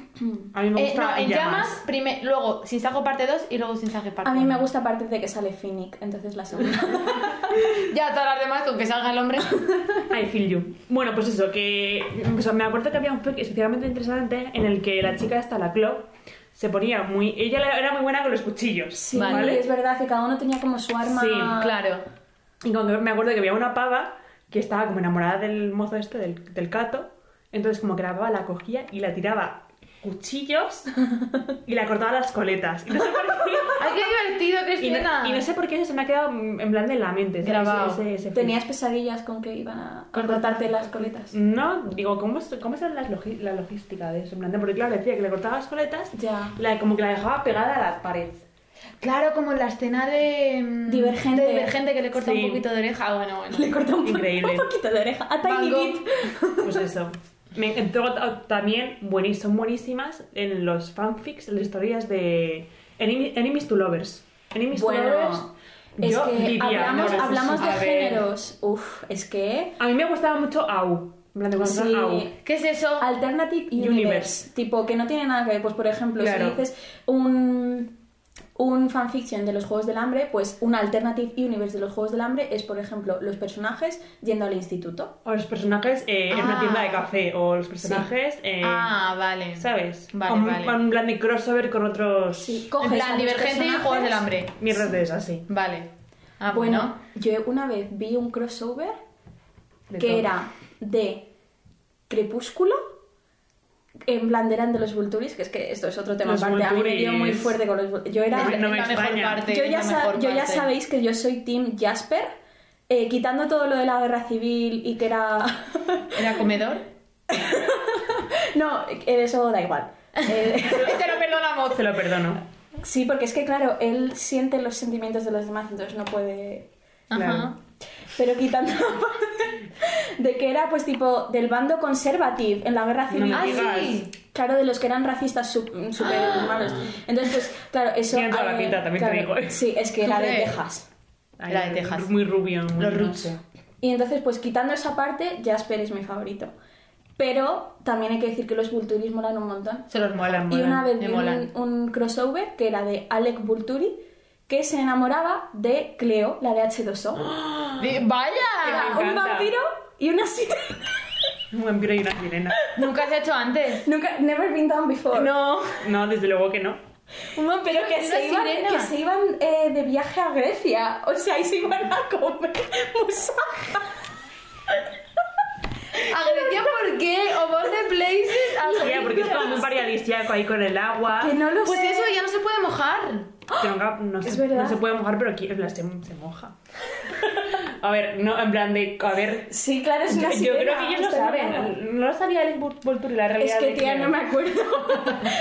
S1: A mí
S3: Eh, no,
S1: me gusta
S3: en
S1: llamas.
S3: llamas, prime- luego Sinsajo parte 2 y luego Sinsajo parte
S2: A mí me
S3: uno.
S2: gusta aparte de que sale Finnick, entonces la segunda.
S3: Ya todas las demás, con que salga el hombre.
S1: I feel you. Bueno, pues eso, que o sea, me acuerdo que había un fic especialmente interesante en el que la chica esta, la Clo, se ponía muy... Ella era muy buena con los cuchillos,
S2: Sí,
S1: ¿vale?
S2: es verdad que cada uno tenía como su arma.
S1: Sí,
S3: Claro.
S1: Y cuando me acuerdo que había una pava que estaba como enamorada del mozo este, del, del cato, entonces como que la pava la cogía y la tiraba cuchillos y la cortaba las coletas. Y no sé por qué,
S3: ¡Ay, qué divertido,
S1: y no-
S3: Cristina!
S1: y no sé por qué eso se me ha quedado mm, en plan de la mente. ¿sabes?
S3: Grabado.
S1: Ese- ese fic.
S2: Tenías pesadillas con que iban a cortarte las coletas.
S1: No, digo, ¿cómo es, cómo es la, logi- la logística de eso? En plan de- Porque claro, decía que le cortaba las coletas,
S2: Ya.
S1: la- como que la dejaba pegada a la pared.
S3: Claro, como en la escena de... mm,
S2: Divergente.
S3: de Divergente, que le corta
S1: Sí.
S3: un poquito de oreja. Ah, Bueno, bueno.
S2: Le cortó un, po-
S1: Increíble.
S2: un poquito de oreja. A
S3: Van
S2: Tiny
S3: Gogh.
S2: Bit.
S1: Pues eso. Me entró también, buenis- son buenísimas en los fanfics, las historias de enemi- Enemies to Lovers. Enemies to
S2: Bueno,
S1: Lovers.
S2: Es
S1: yo
S2: que
S1: vivía
S2: hablamos,
S1: horas
S2: hablamos
S1: eso.
S2: de
S1: A ver.
S2: géneros. Uf, es que.
S1: A mí me gustaba mucho AU. En plan de cuando
S2: Sí.
S1: AU.
S3: ¿Qué es eso?
S2: Alternative Universe,
S1: Universe.
S2: Tipo, que no tiene nada que ver. Pues, por ejemplo,
S1: Claro.
S2: si dices un, un fanfiction de los Juegos del Hambre, pues un Alternative Universe de los Juegos del Hambre es, por ejemplo, los personajes yendo al instituto.
S1: O los personajes eh, en una
S3: Ah.
S1: tienda de café. O los personajes. eh,
S3: Ah, vale.
S1: ¿Sabes?
S3: Vale,
S1: Como un,
S3: vale.
S1: un plan de crossover con otros.
S2: Sí,
S3: En
S2: coges a
S3: plan,
S2: los
S3: Divergente y
S2: personajes.
S3: Juegos del Hambre.
S1: Mierdas de esas, sí.
S3: Vale. Ah,
S2: Bueno, yo una vez vi un crossover
S1: De
S2: que
S1: todo.
S2: era de Crepúsculo en plan de eran de los Vulturis, que es que esto es otro tema
S1: Los
S2: aparte. A mí me dio muy
S1: Vulturis.
S2: fuerte con los Vulturis. Yo era
S1: No me- no me
S3: es la mejor
S1: extraña.
S3: parte.
S2: yo
S3: es
S2: ya,
S3: la
S2: sa-
S3: mejor
S2: yo ya
S3: parte.
S2: sabéis que yo soy Team Jasper, eh, quitando todo lo de la guerra civil y que era.
S3: ¿Era comedor?
S2: no, eh, eso da igual. Eh,
S3: Te lo perdonamos.
S1: Te este lo perdono.
S2: sí, porque es que, claro, él siente los sentimientos de los demás, entonces no puede.
S1: Claro.
S3: Ajá.
S2: Pero quitando la parte de que era, pues, tipo, del bando conservative en la guerra
S1: No
S2: civil.
S1: me
S3: Ah,
S1: digas.
S3: sí.
S2: Claro, de los que eran racistas súper malos. Entonces, pues, claro, eso.
S1: Ah. Tiene toda la pinta, también te digo, ¿eh?
S2: Sí, es que
S3: ¿Tú
S2: era de
S3: crees?
S2: Texas.
S1: Ay,
S3: La de Texas.
S1: Muy rubio. muy-
S3: Los
S1: no
S3: roots.
S1: sé.
S2: Y entonces, pues quitando esa parte, Jasper es mi favorito. Pero también hay que decir que los Vulturis molan un montón.
S3: Se los molan,
S2: y una vez
S3: me
S2: vi un,
S3: molan.
S2: un crossover que era de Alec Vulturi, que se enamoraba de Cleo, la de H2O.
S3: Di- ¡Vaya!
S1: Ah, me
S2: un
S1: encanta.
S2: vampiro y una sirena.
S1: Un vampiro y una sirena.
S3: Nunca se ha hecho antes.
S2: Nunca, never been done before.
S3: No.
S1: No, desde luego que no.
S3: Un vampiro
S2: Pero
S3: y
S2: que se,
S3: una
S2: iban,
S3: sirena.
S2: que se iban eh, de viaje a Grecia. O sea, y se iban a comer musaja.
S3: ¿Agresión por qué? ¿O vos de places?
S1: Tía, porque es como muy variadísimo ahí con el agua.
S2: Que no lo
S3: Pues
S2: sé.
S3: eso ya no se puede mojar.
S1: Que nunca- no,
S2: Es
S1: se,
S2: verdad.
S1: no se puede mojar, pero aquí en plan, se, se moja. A ver, no, en plan de. A ver.
S2: Sí, claro, es
S1: Yo,
S2: una
S1: yo
S2: sirena,
S1: creo que ellos lo
S2: está enamorada.
S1: saben. No lo sabía el Volturi, la realidad.
S2: Es que,
S1: de
S2: tía, no me acuerdo.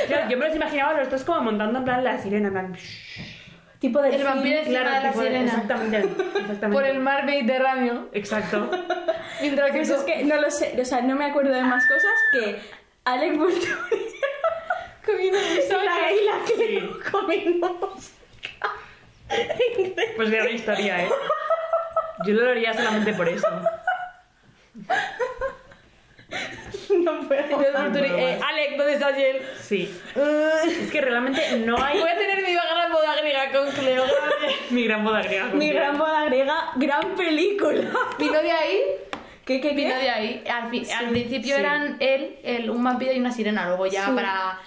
S1: Claro, yo me los imaginaba los dos como montando en plan la sirena, en plan. shh,
S2: Tipo de
S3: El vampiro encima
S1: claro,
S3: de la
S1: tipo,
S3: sirena.
S1: Exactamente. exactamente.
S3: Por el mar Mediterráneo.
S1: Exacto.
S3: Mientras que
S2: Pues es que no lo sé, o sea, no me acuerdo de más cosas que Alec Vulturi comiendo musaca y la que comiendo musaca.
S1: Pues era una historia, ¿eh? Yo lo haría solamente por eso.
S2: No puedo.
S3: Entonces, Arturi, eh, Alec, ¿dónde está Yel?
S1: Sí.
S3: Voy
S1: Es que realmente no hay.
S3: a tener mi gran boda griega con Cleo.
S1: Mi gran boda griega.
S2: Mi
S1: contigo.
S2: gran boda griega, gran película.
S3: Vino de ahí.
S2: ¿Qué, qué,
S3: Vino
S2: qué?
S3: de ahí. Al, fi- al principio
S1: sí.
S3: eran él, él, un vampiro y una sirena. Luego ya
S2: Sí.
S3: para,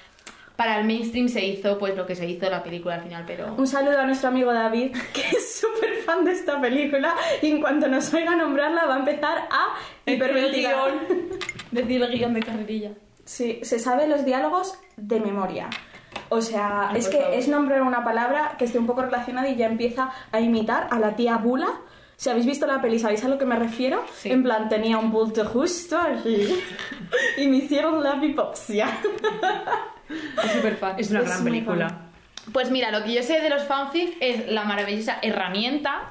S3: para el mainstream se hizo pues lo que se hizo la película al final, pero.
S2: Un saludo a nuestro amigo David, que es súper fan de esta película y en cuanto nos oiga nombrarla va a empezar a hiperventilar.
S3: Decir el guión de carrerilla.
S2: Sí, se sabe los diálogos de memoria. O sea,
S3: Ay,
S2: es
S3: Ah, por
S2: que
S3: favor.
S2: es nombrar una palabra que esté un poco relacionada y ya empieza a imitar a la tía Bula. Si habéis visto la peli, ¿sabéis a lo que me refiero?
S3: Sí.
S2: En plan, tenía un bulto justo aquí y me hicieron la bipopsia.
S3: Es súper fan.
S1: Es una
S2: Es
S1: gran
S2: muy
S1: película.
S2: fan.
S3: Pues mira, lo que yo sé de los fanfic es la maravillosa herramienta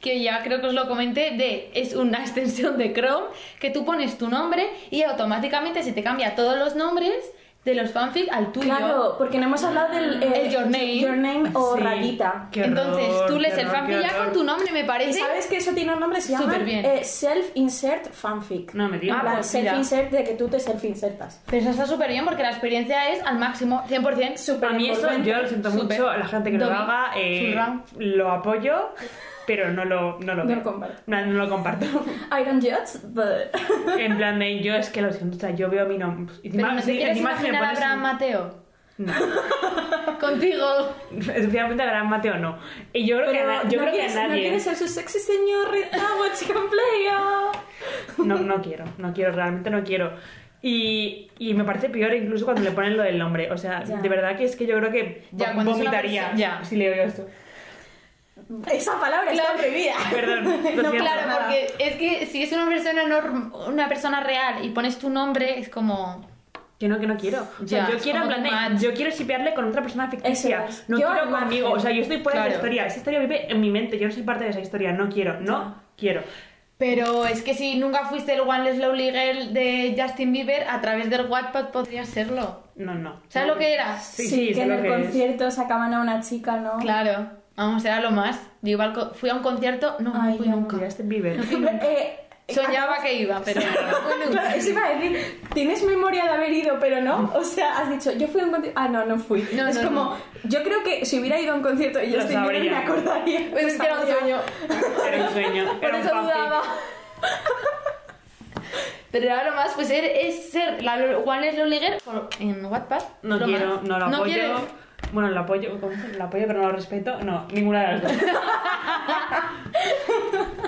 S3: que ya creo que os lo comenté, de es una extensión de Chrome que tú pones tu nombre y automáticamente se te cambia todos los nombres de los fanfic al tuyo.
S2: Claro, porque no hemos hablado del eh,
S3: El Your Name.
S2: o
S1: Sí.
S2: Radita.
S1: Qué horror,
S3: Entonces tú
S1: qué
S3: lees el
S1: horror,
S3: fanfic
S1: qué
S3: ya
S1: horror.
S3: con tu nombre, me
S2: ¿Y
S3: parece.
S2: sabes que eso tiene un nombre? Se llama eh,
S3: Superbién.
S2: Self-Insert Fanfic.
S1: No me digas.
S2: En plan,
S3: pues mira.
S2: self-insert de que tú te self-insertas.
S3: Pero eso está súper bien porque la experiencia es al máximo, 100%.
S2: Súper
S1: A mí eso,
S2: envolvente.
S1: yo lo siento mucho, a la gente que lo
S3: Domi-
S1: haga, eh,
S3: Zurra.
S1: lo apoyo, pero no lo, no lo
S2: No
S1: veo.
S2: lo comparto.
S1: No, no lo comparto.
S2: I don't judge, but...
S1: en plan de, yo es que lo siento, o sea, yo veo mi nombre.
S3: Pero no te quieres
S1: encima si me
S3: imaginar a
S1: pones-
S3: Abraham Mateo
S1: No,
S3: contigo.
S1: efectivamente a Gran Mateo no. Y yo creo que a, na-
S2: Pero
S1: yo creo
S2: no
S1: que a
S2: quieres- No
S1: nadie. ¿eh?
S2: quieres ser su sexy señorita, what you can play, oh.
S1: No, no quiero, no quiero, realmente no quiero. Y, y me parece peor incluso cuando le ponen lo del nombre. O sea,
S2: Ya.
S1: de verdad que es que yo creo que
S3: Ya,
S1: vom-
S3: cuando es una
S1: vomitaría
S3: persona- ya.
S1: si le oigo esto.
S2: Esa palabra está prohibida.
S1: Perdón, lo siento.
S3: Claro,
S2: nada.
S3: porque es que si es una persona norm- una persona real y pones tu nombre, es como.
S1: Que no, que no quiero. O sea,
S3: Ya,
S1: yo
S3: es
S1: quiero en
S3: como
S1: plan
S3: too
S1: de-
S3: much.
S1: yo quiero shipearle con otra persona ficticia.
S2: Eso es.
S1: No
S2: Yo al
S1: quiero
S2: margen.
S1: conmigo. O sea, yo estoy fuera de
S3: Claro.
S1: la historia. Esa historia vive en mi mente. Yo no soy parte de esa historia. No quiero. No quiero.
S3: Pero es que si nunca fuiste el One Less Lonely Girl de Justin Bieber, a través del Wattpad podrías serlo.
S1: No, no.
S3: ¿Sabes lo que era?
S1: Sí, sí,
S2: que
S1: sé
S2: en
S1: lo
S2: el
S1: que es.
S2: concierto sacaban a una chica, ¿no?
S3: Claro. Vamos, era lo más. Yo iba al co- fui a un concierto, no,
S2: Ay,
S3: no fui
S2: ya,
S3: nunca.
S1: Mira, este Bieber.
S2: Eh,
S3: Soñaba que iba, pero no fui nunca.
S2: Claro, eso iba a decir, tienes memoria de haber ido, pero no. O sea, has dicho, yo fui a un concierto. Ah, no, no fui.
S3: No,
S2: es
S3: no,
S2: como, yo creo que si hubiera ido a un concierto y yo
S1: Lo
S2: estoy viendo,
S1: sabría.
S2: me acordaría.
S3: Pues es que era un
S2: Sabría.
S3: sueño.
S1: Era un sueño.
S3: Por
S1: Era un
S3: eso dudaba.
S1: fanfic.
S3: Pero ahora lo más, pues er- es ser la lo- One Less Lonely Girl por- en Wattpad.
S1: No
S3: lo
S1: quiero,
S3: más.
S1: no lo apoyo.
S3: quieres?
S1: bueno, lo apoyo, ¿cómo se- lo apoyo, pero no lo respeto. No, ninguna de las dos.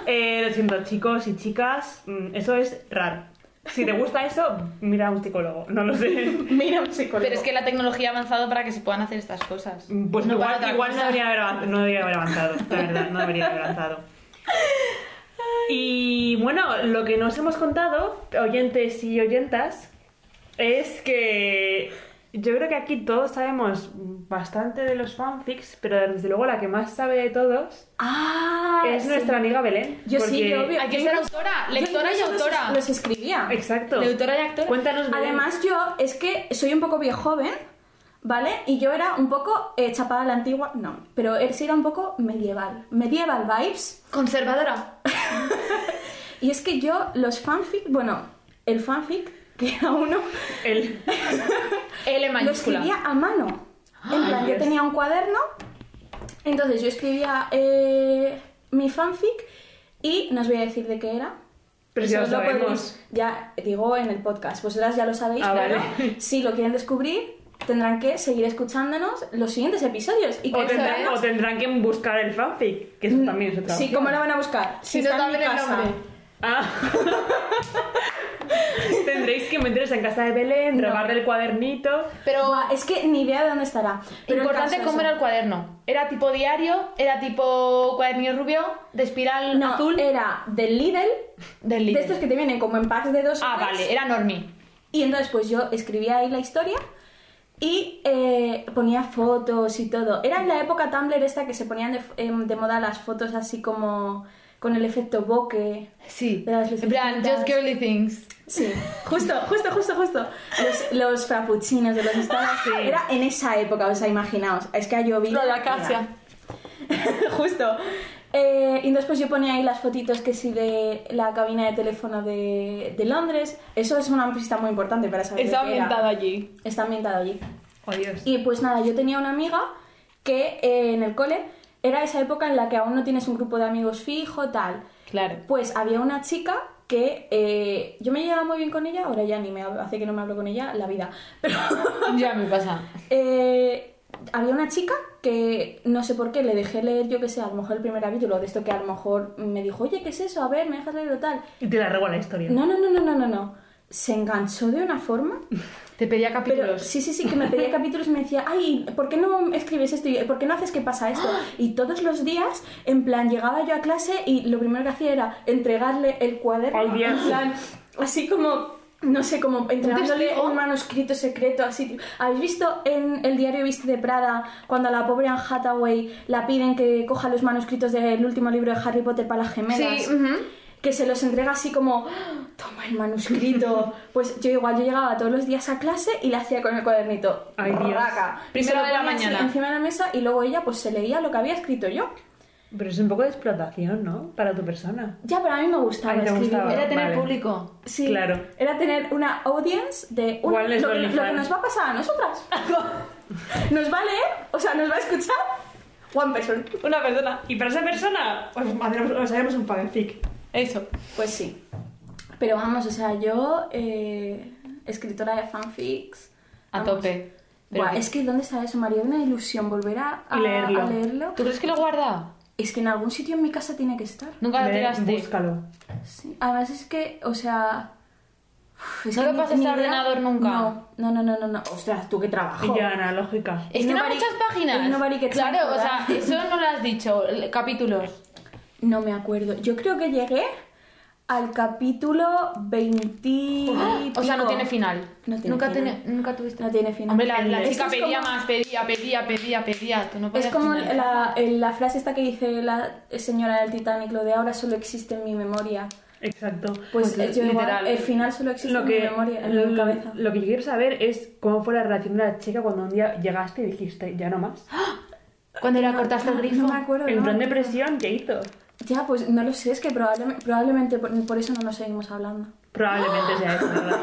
S1: Eh, lo siento, chicos y chicas, mm, eso es raro. Si te gusta eso, mira a un psicólogo. No lo sé.
S2: Mira, un psicólogo.
S3: Pero es que la tecnología ha avanzado para que se puedan hacer estas cosas.
S1: Pues
S3: No para
S1: igual,
S3: otra
S1: igual no,
S3: cosa.
S1: debería haber, avan- no debería haber avanzado, la verdad, no debería haber avanzado. Y bueno, lo que nos hemos contado, oyentes y oyentas, es que yo creo que aquí todos sabemos bastante de los fanfics, pero desde luego la que más sabe de todos
S2: Ah,
S1: es
S2: sí.
S1: nuestra amiga Belén.
S2: Yo sí,
S1: porque-
S2: yo obvio.
S3: Hay que
S2: Yo
S3: ser
S2: incluso-
S3: autora,
S2: yo
S3: lectora y
S2: incluso los-
S3: autora.
S2: Los escribía.
S1: Exacto.
S3: Lectora y actora.
S1: Cuéntanos, Belén.
S2: Además, yo es que soy un poco viejo joven, ¿vale? Y yo era un poco eh, chapada a la antigua, no, pero él sí era un poco medieval. Medieval vibes.
S3: Conservadora.
S2: Y es que yo, los fanfic, bueno, el fanfic, que era uno,
S1: El-
S3: L
S2: lo
S3: mayúscula.
S2: escribía a mano. En plan, yo
S1: Ah, Dios.
S2: tenía un cuaderno, entonces yo escribía eh, mi fanfic y no os voy a decir de qué era.
S1: Pero si ya lo
S2: Eso lo
S1: sabemos.
S2: podréis- ya digo en el podcast, vosotras ya lo sabéis,
S1: Ah,
S2: pero
S1: vale.
S2: si lo quieren descubrir, tendrán que seguir escuchándonos los siguientes episodios. Y
S1: o,
S2: que
S1: tendrán,
S2: sabremos-
S1: o tendrán que buscar el fanfic, que eso también es otra
S2: Sí,
S1: opción.
S2: ¿cómo lo van a buscar?
S3: Si no
S2: está en mi
S3: saben el
S2: casa.
S3: nombre.
S1: Ah. Tendréis que meteros en casa de Belén,
S2: No.
S1: robarle el cuadernito.
S3: Pero
S2: Buah, es que ni idea de dónde estará. Pero el
S3: importante
S2: caso
S3: cómo
S2: es-
S3: era el cuaderno. Era tipo diario, era tipo cuadernillo rubio, de espiral
S2: No,
S3: azul,
S2: era del Lidl,
S3: del libro.
S2: de estos que te vienen como en packs de dos. o
S3: Ah,
S2: tres.
S3: vale, era normie.
S2: Y entonces pues yo escribía ahí la historia y eh, ponía fotos y todo. Era en la época Tumblr esta que se ponían de, em, de moda las fotos así como con el efecto bokeh.
S3: Sí.
S2: De las
S3: En plan,
S2: lucecitas.
S3: just girly things.
S2: Sí, justo, justo, justo, justo. Los, los frappuccinos de los estados. Era en esa época, o sea, imaginaos. Es que ha llovido.
S3: Lo de Acacia.
S2: Mira. justo. Eh, y después yo ponía ahí las fotitos que sí de la cabina de teléfono de, de Londres. Eso es una pista muy importante para saber. de
S3: Está
S2: qué era.
S3: ambientado allí.
S2: Está ambientado allí.
S1: Oh, Dios.
S2: Y pues nada, yo tenía una amiga que eh, en el cole era esa época en la que aún no tienes un grupo de amigos fijo, tal.
S3: Claro.
S2: Pues había una chica que eh, yo me llevaba muy bien con ella, ahora ya ni me hablo- hace que no me hablo con ella la vida. Pero
S3: Ya me pasa.
S2: eh, había una chica que no sé por qué le dejé leer, yo que sé, a lo mejor el primer capítulo de esto que a lo mejor me dijo, oye, ¿qué es eso? A ver, me dejas leerlo tal.
S1: Y te la rego la historia.
S2: No, no, no, no, no, no, no. Se enganchó de una forma.
S3: Te pedía
S2: Pero
S3: capítulos.
S2: sí, sí, sí, que me pedía capítulos y me decía, ay, ¿por qué no escribes esto? ¿Y ¿Por qué no haces que pasa esto? Y todos los días, en plan, llegaba yo a clase y lo primero que hacía era entregarle el cuaderno.
S1: Ay, Dios.
S2: En plan, así como no sé, como entregándole un manuscrito secreto así. tipo- ¿Habéis visto en el diario Viste de Prada cuando a la pobre Anne Hathaway la piden que coja los manuscritos del último libro de Harry Potter para las gemelas? Que se los entrega así como, "Ah, toma el manuscrito. Pues yo igual, yo llegaba todos los días a clase y la hacía con el cuadernito.
S1: Ay, Dios.
S2: Raca. Y
S3: Primero
S2: se lo
S3: de la
S2: ponía así
S3: mañana.
S2: Encima de la mesa y luego ella pues se leía lo que había escrito yo.
S1: Pero es un poco de explotación, ¿no? Para tu persona.
S2: Ya, pero a mí me gustaba
S1: Ay, te
S2: escribir.
S1: gustaba.
S2: Era-
S3: Era tener
S1: Vale.
S3: público.
S2: sí,
S1: Claro.
S2: Era tener una audience de un-
S1: ¿Cuál es
S2: lo, que- lo que
S1: OnlyFans?
S2: nos va a pasar a nosotras. nos va a leer, o sea, nos va a escuchar one person.
S1: Una persona. Y para esa persona, pues haremos, os haremos un fanfic. Eso.
S2: Pues sí. Pero vamos, o sea, yo, eh, escritora de fanfics.
S3: A
S2: vamos.
S3: tope. Pero
S2: Buah,
S3: que-
S2: es que ¿dónde está eso, María? Una ilusión volver a, a-
S1: Y leerlo.
S2: a leerlo.
S3: ¿Tú crees que lo he guardado?
S2: Es que en algún sitio en mi casa tiene que estar.
S3: Nunca lo
S1: Ve,
S3: tiraste.
S1: Búscalo.
S2: Sí. Además es que, o sea... uf, es
S3: ¿No
S2: que
S3: lo
S2: ni-
S3: pasaste
S2: ni
S3: a
S2: idea-
S3: ordenador nunca?
S2: No, no, no, no, no, no. Ostras, tú que trabajo.
S1: Y ya, analógica.
S3: Es que no hay
S2: Nobody-
S3: muchas páginas.
S2: Nobody gets
S3: claro, o sea,
S2: that.
S3: eso no lo has dicho. el- Capítulos.
S2: No me acuerdo. Yo creo que llegué al capítulo 20... y
S3: ¡Ah! O sea, no
S2: pico.
S3: tiene final.
S2: No tiene
S3: nunca,
S2: final.
S3: tiene- nunca tuviste.
S2: No tiene final.
S3: Hombre, la, la
S2: Esto
S3: chica
S2: es
S3: pedía
S2: como-
S3: más, pedía, pedía, pedía, pedía. Tú no
S2: Es
S3: podías
S2: como
S3: final.
S2: la, la frase esta que dice la señora del Titanic, lo de ahora solo existe en mi memoria.
S1: Exacto.
S2: Pues,
S3: Pues,
S2: yo igual,
S3: literal.
S2: el final solo existe
S1: Lo
S2: en
S1: que,
S2: mi memoria, en mi
S1: lo-
S2: cabeza.
S1: lo que yo quiero saber es cómo fue la reacción de la chica cuando un día llegaste y dijiste, ya no más.
S3: Cuando la cortaste el grifo.
S2: No me acuerdo.
S1: En
S2: no.
S1: plan depresión, ¿qué hizo?
S2: Ya, pues no lo sé, es que probablemente, probablemente por, por eso no nos seguimos hablando.
S1: Probablemente sea eso, ¿verdad?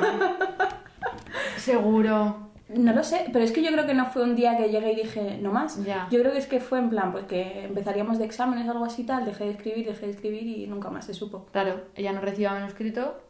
S3: Seguro.
S2: No lo sé, pero es que yo creo que no fue un día que llegué y dije, no más.
S3: Ya.
S2: Yo creo que es que fue en plan, pues que empezaríamos de exámenes o algo así tal, dejé de escribir, dejé de escribir y nunca más se supo.
S3: Claro, ella no recibía manuscrito.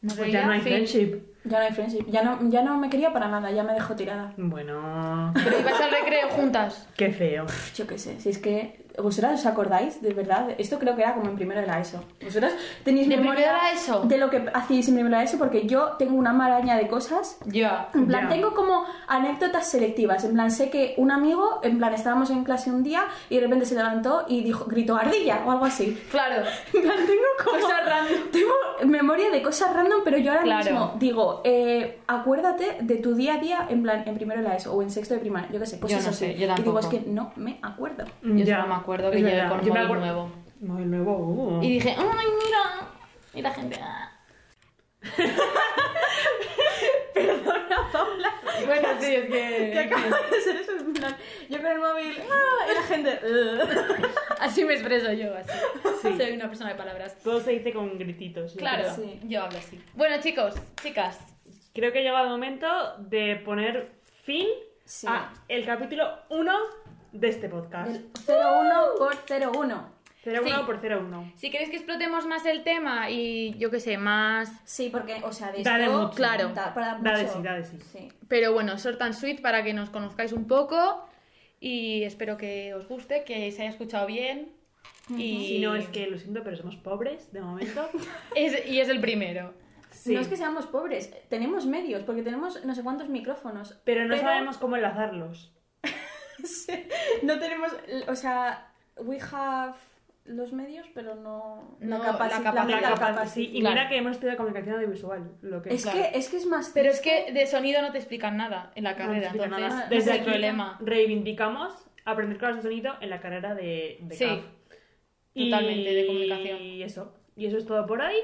S3: No
S1: Pues
S3: leía,
S1: ya no hay
S3: fin.
S1: friendship.
S2: Ya no hay friendship, ya no, ya no me quería para nada, ya me dejó tirada.
S1: Bueno,
S3: Pero ibas al recreo juntas.
S1: qué feo.
S2: Pff, Yo qué sé, si es que vosotras os acordáis, de verdad, esto creo que era como en primero de la ESO. Vosotras tenéis
S3: ¿De
S2: memoria
S3: primero de la ESO?
S2: de lo que hacíais en primero de la ESO porque yo tengo una maraña de cosas
S3: Ya.
S2: En plan,
S1: Ya.
S2: tengo como anécdotas selectivas. En plan, sé que un amigo, en plan, estábamos en clase un día y de repente se levantó y dijo, gritó ardilla o algo así.
S3: Claro.
S2: En plan, tengo como. Cosas random. Tengo memoria de cosas random, pero yo ahora
S3: Claro.
S2: mismo digo, eh, acuérdate de tu día a día, en plan, en primero de la ESO o en sexto de primaria, yo qué sé, cosas
S3: no sé,
S2: así.
S3: yo
S2: y digo,
S3: tampoco.
S2: es que no me acuerdo.
S3: Yo solo me acuerdo que
S1: es
S3: llegué
S1: verdad.
S3: con
S1: Yo me
S3: móvil
S1: acuer-
S3: nuevo.
S1: Móvil nuevo. uh.
S3: Y dije, ¡ay, mira! Y la gente. ah.
S1: Bueno, sí, es que...
S2: Y acabo de hacer eso, en plan, yo con el móvil, "Ah", y la gente. "Ugh".
S3: Así me expreso yo, así. Soy una persona de palabras.
S1: Todo se dice con grititos. yo
S3: Claro,
S2: Sí.
S3: yo hablo así. Bueno, chicos, chicas.
S1: Creo que ha llegado el momento de poner fin
S2: Sí.
S1: a el capítulo 1 de este podcast.
S2: El 01 por 01.
S1: 01
S3: Sí.
S1: por 01.
S3: Si queréis que explotemos más el tema y yo qué sé, más.
S2: Sí, porque, o sea, de
S1: Da de
S2: esto-
S1: mucho.
S3: Claro.
S2: Da, para
S1: Da de
S2: mucho.
S1: sí, da de sí.
S3: Pero bueno, short and sweet para que nos conozcáis un poco. Y espero que os guste, que se haya escuchado bien. Y
S1: Si no, es que lo siento, pero somos pobres de momento.
S3: es- y es el primero.
S1: Sí.
S2: No es que seamos pobres, tenemos medios, porque tenemos no sé cuántos micrófonos.
S1: Pero no sabemos cómo enlazarlos.
S2: No tenemos, o sea, we have los medios, pero no,
S3: No,
S2: la capacidad.
S3: la capaci-
S1: La
S3: la
S1: capa- sí, y
S3: claro.
S1: mira que hemos estudiado comunicación audiovisual. Lo que
S2: Es, que, es que es más...
S3: Pero es que de sonido no te explican nada en la carrera,
S1: explican
S3: entonces
S2: nada.
S3: ese
S1: Desde
S3: es el
S1: aquí-
S3: problema.
S1: reivindicamos aprender cosas de sonido en la carrera de, de
S3: Sí,
S1: CAF.
S3: totalmente, de comunicación.
S1: Y eso. Y eso es todo por hoy.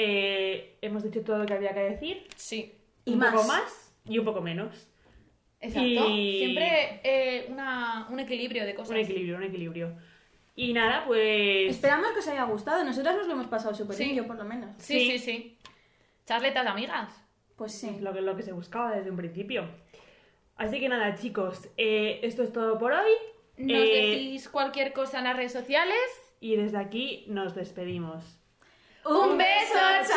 S1: Eh, hemos dicho todo lo que había que decir.
S3: Sí,
S2: Y
S1: un poco
S2: más.
S1: más y un poco menos.
S3: exacto.
S1: Y-
S3: Siempre eh, una- un equilibrio de cosas.
S1: Un equilibrio, un equilibrio. Y nada, pues.
S2: Esperamos que os haya gustado, nosotras nos lo hemos pasado súper
S3: Sí.
S2: bien, yo por lo menos.
S3: Sí, sí, sí. Charletas de amigas.
S2: Pues sí.
S1: Lo que, lo que se buscaba desde un principio. Así que nada, chicos. eh, esto es todo por hoy.
S3: Nos
S1: Eh,
S3: decís cualquier cosa en las redes sociales.
S1: Y desde aquí nos despedimos.
S3: ¡Un beso,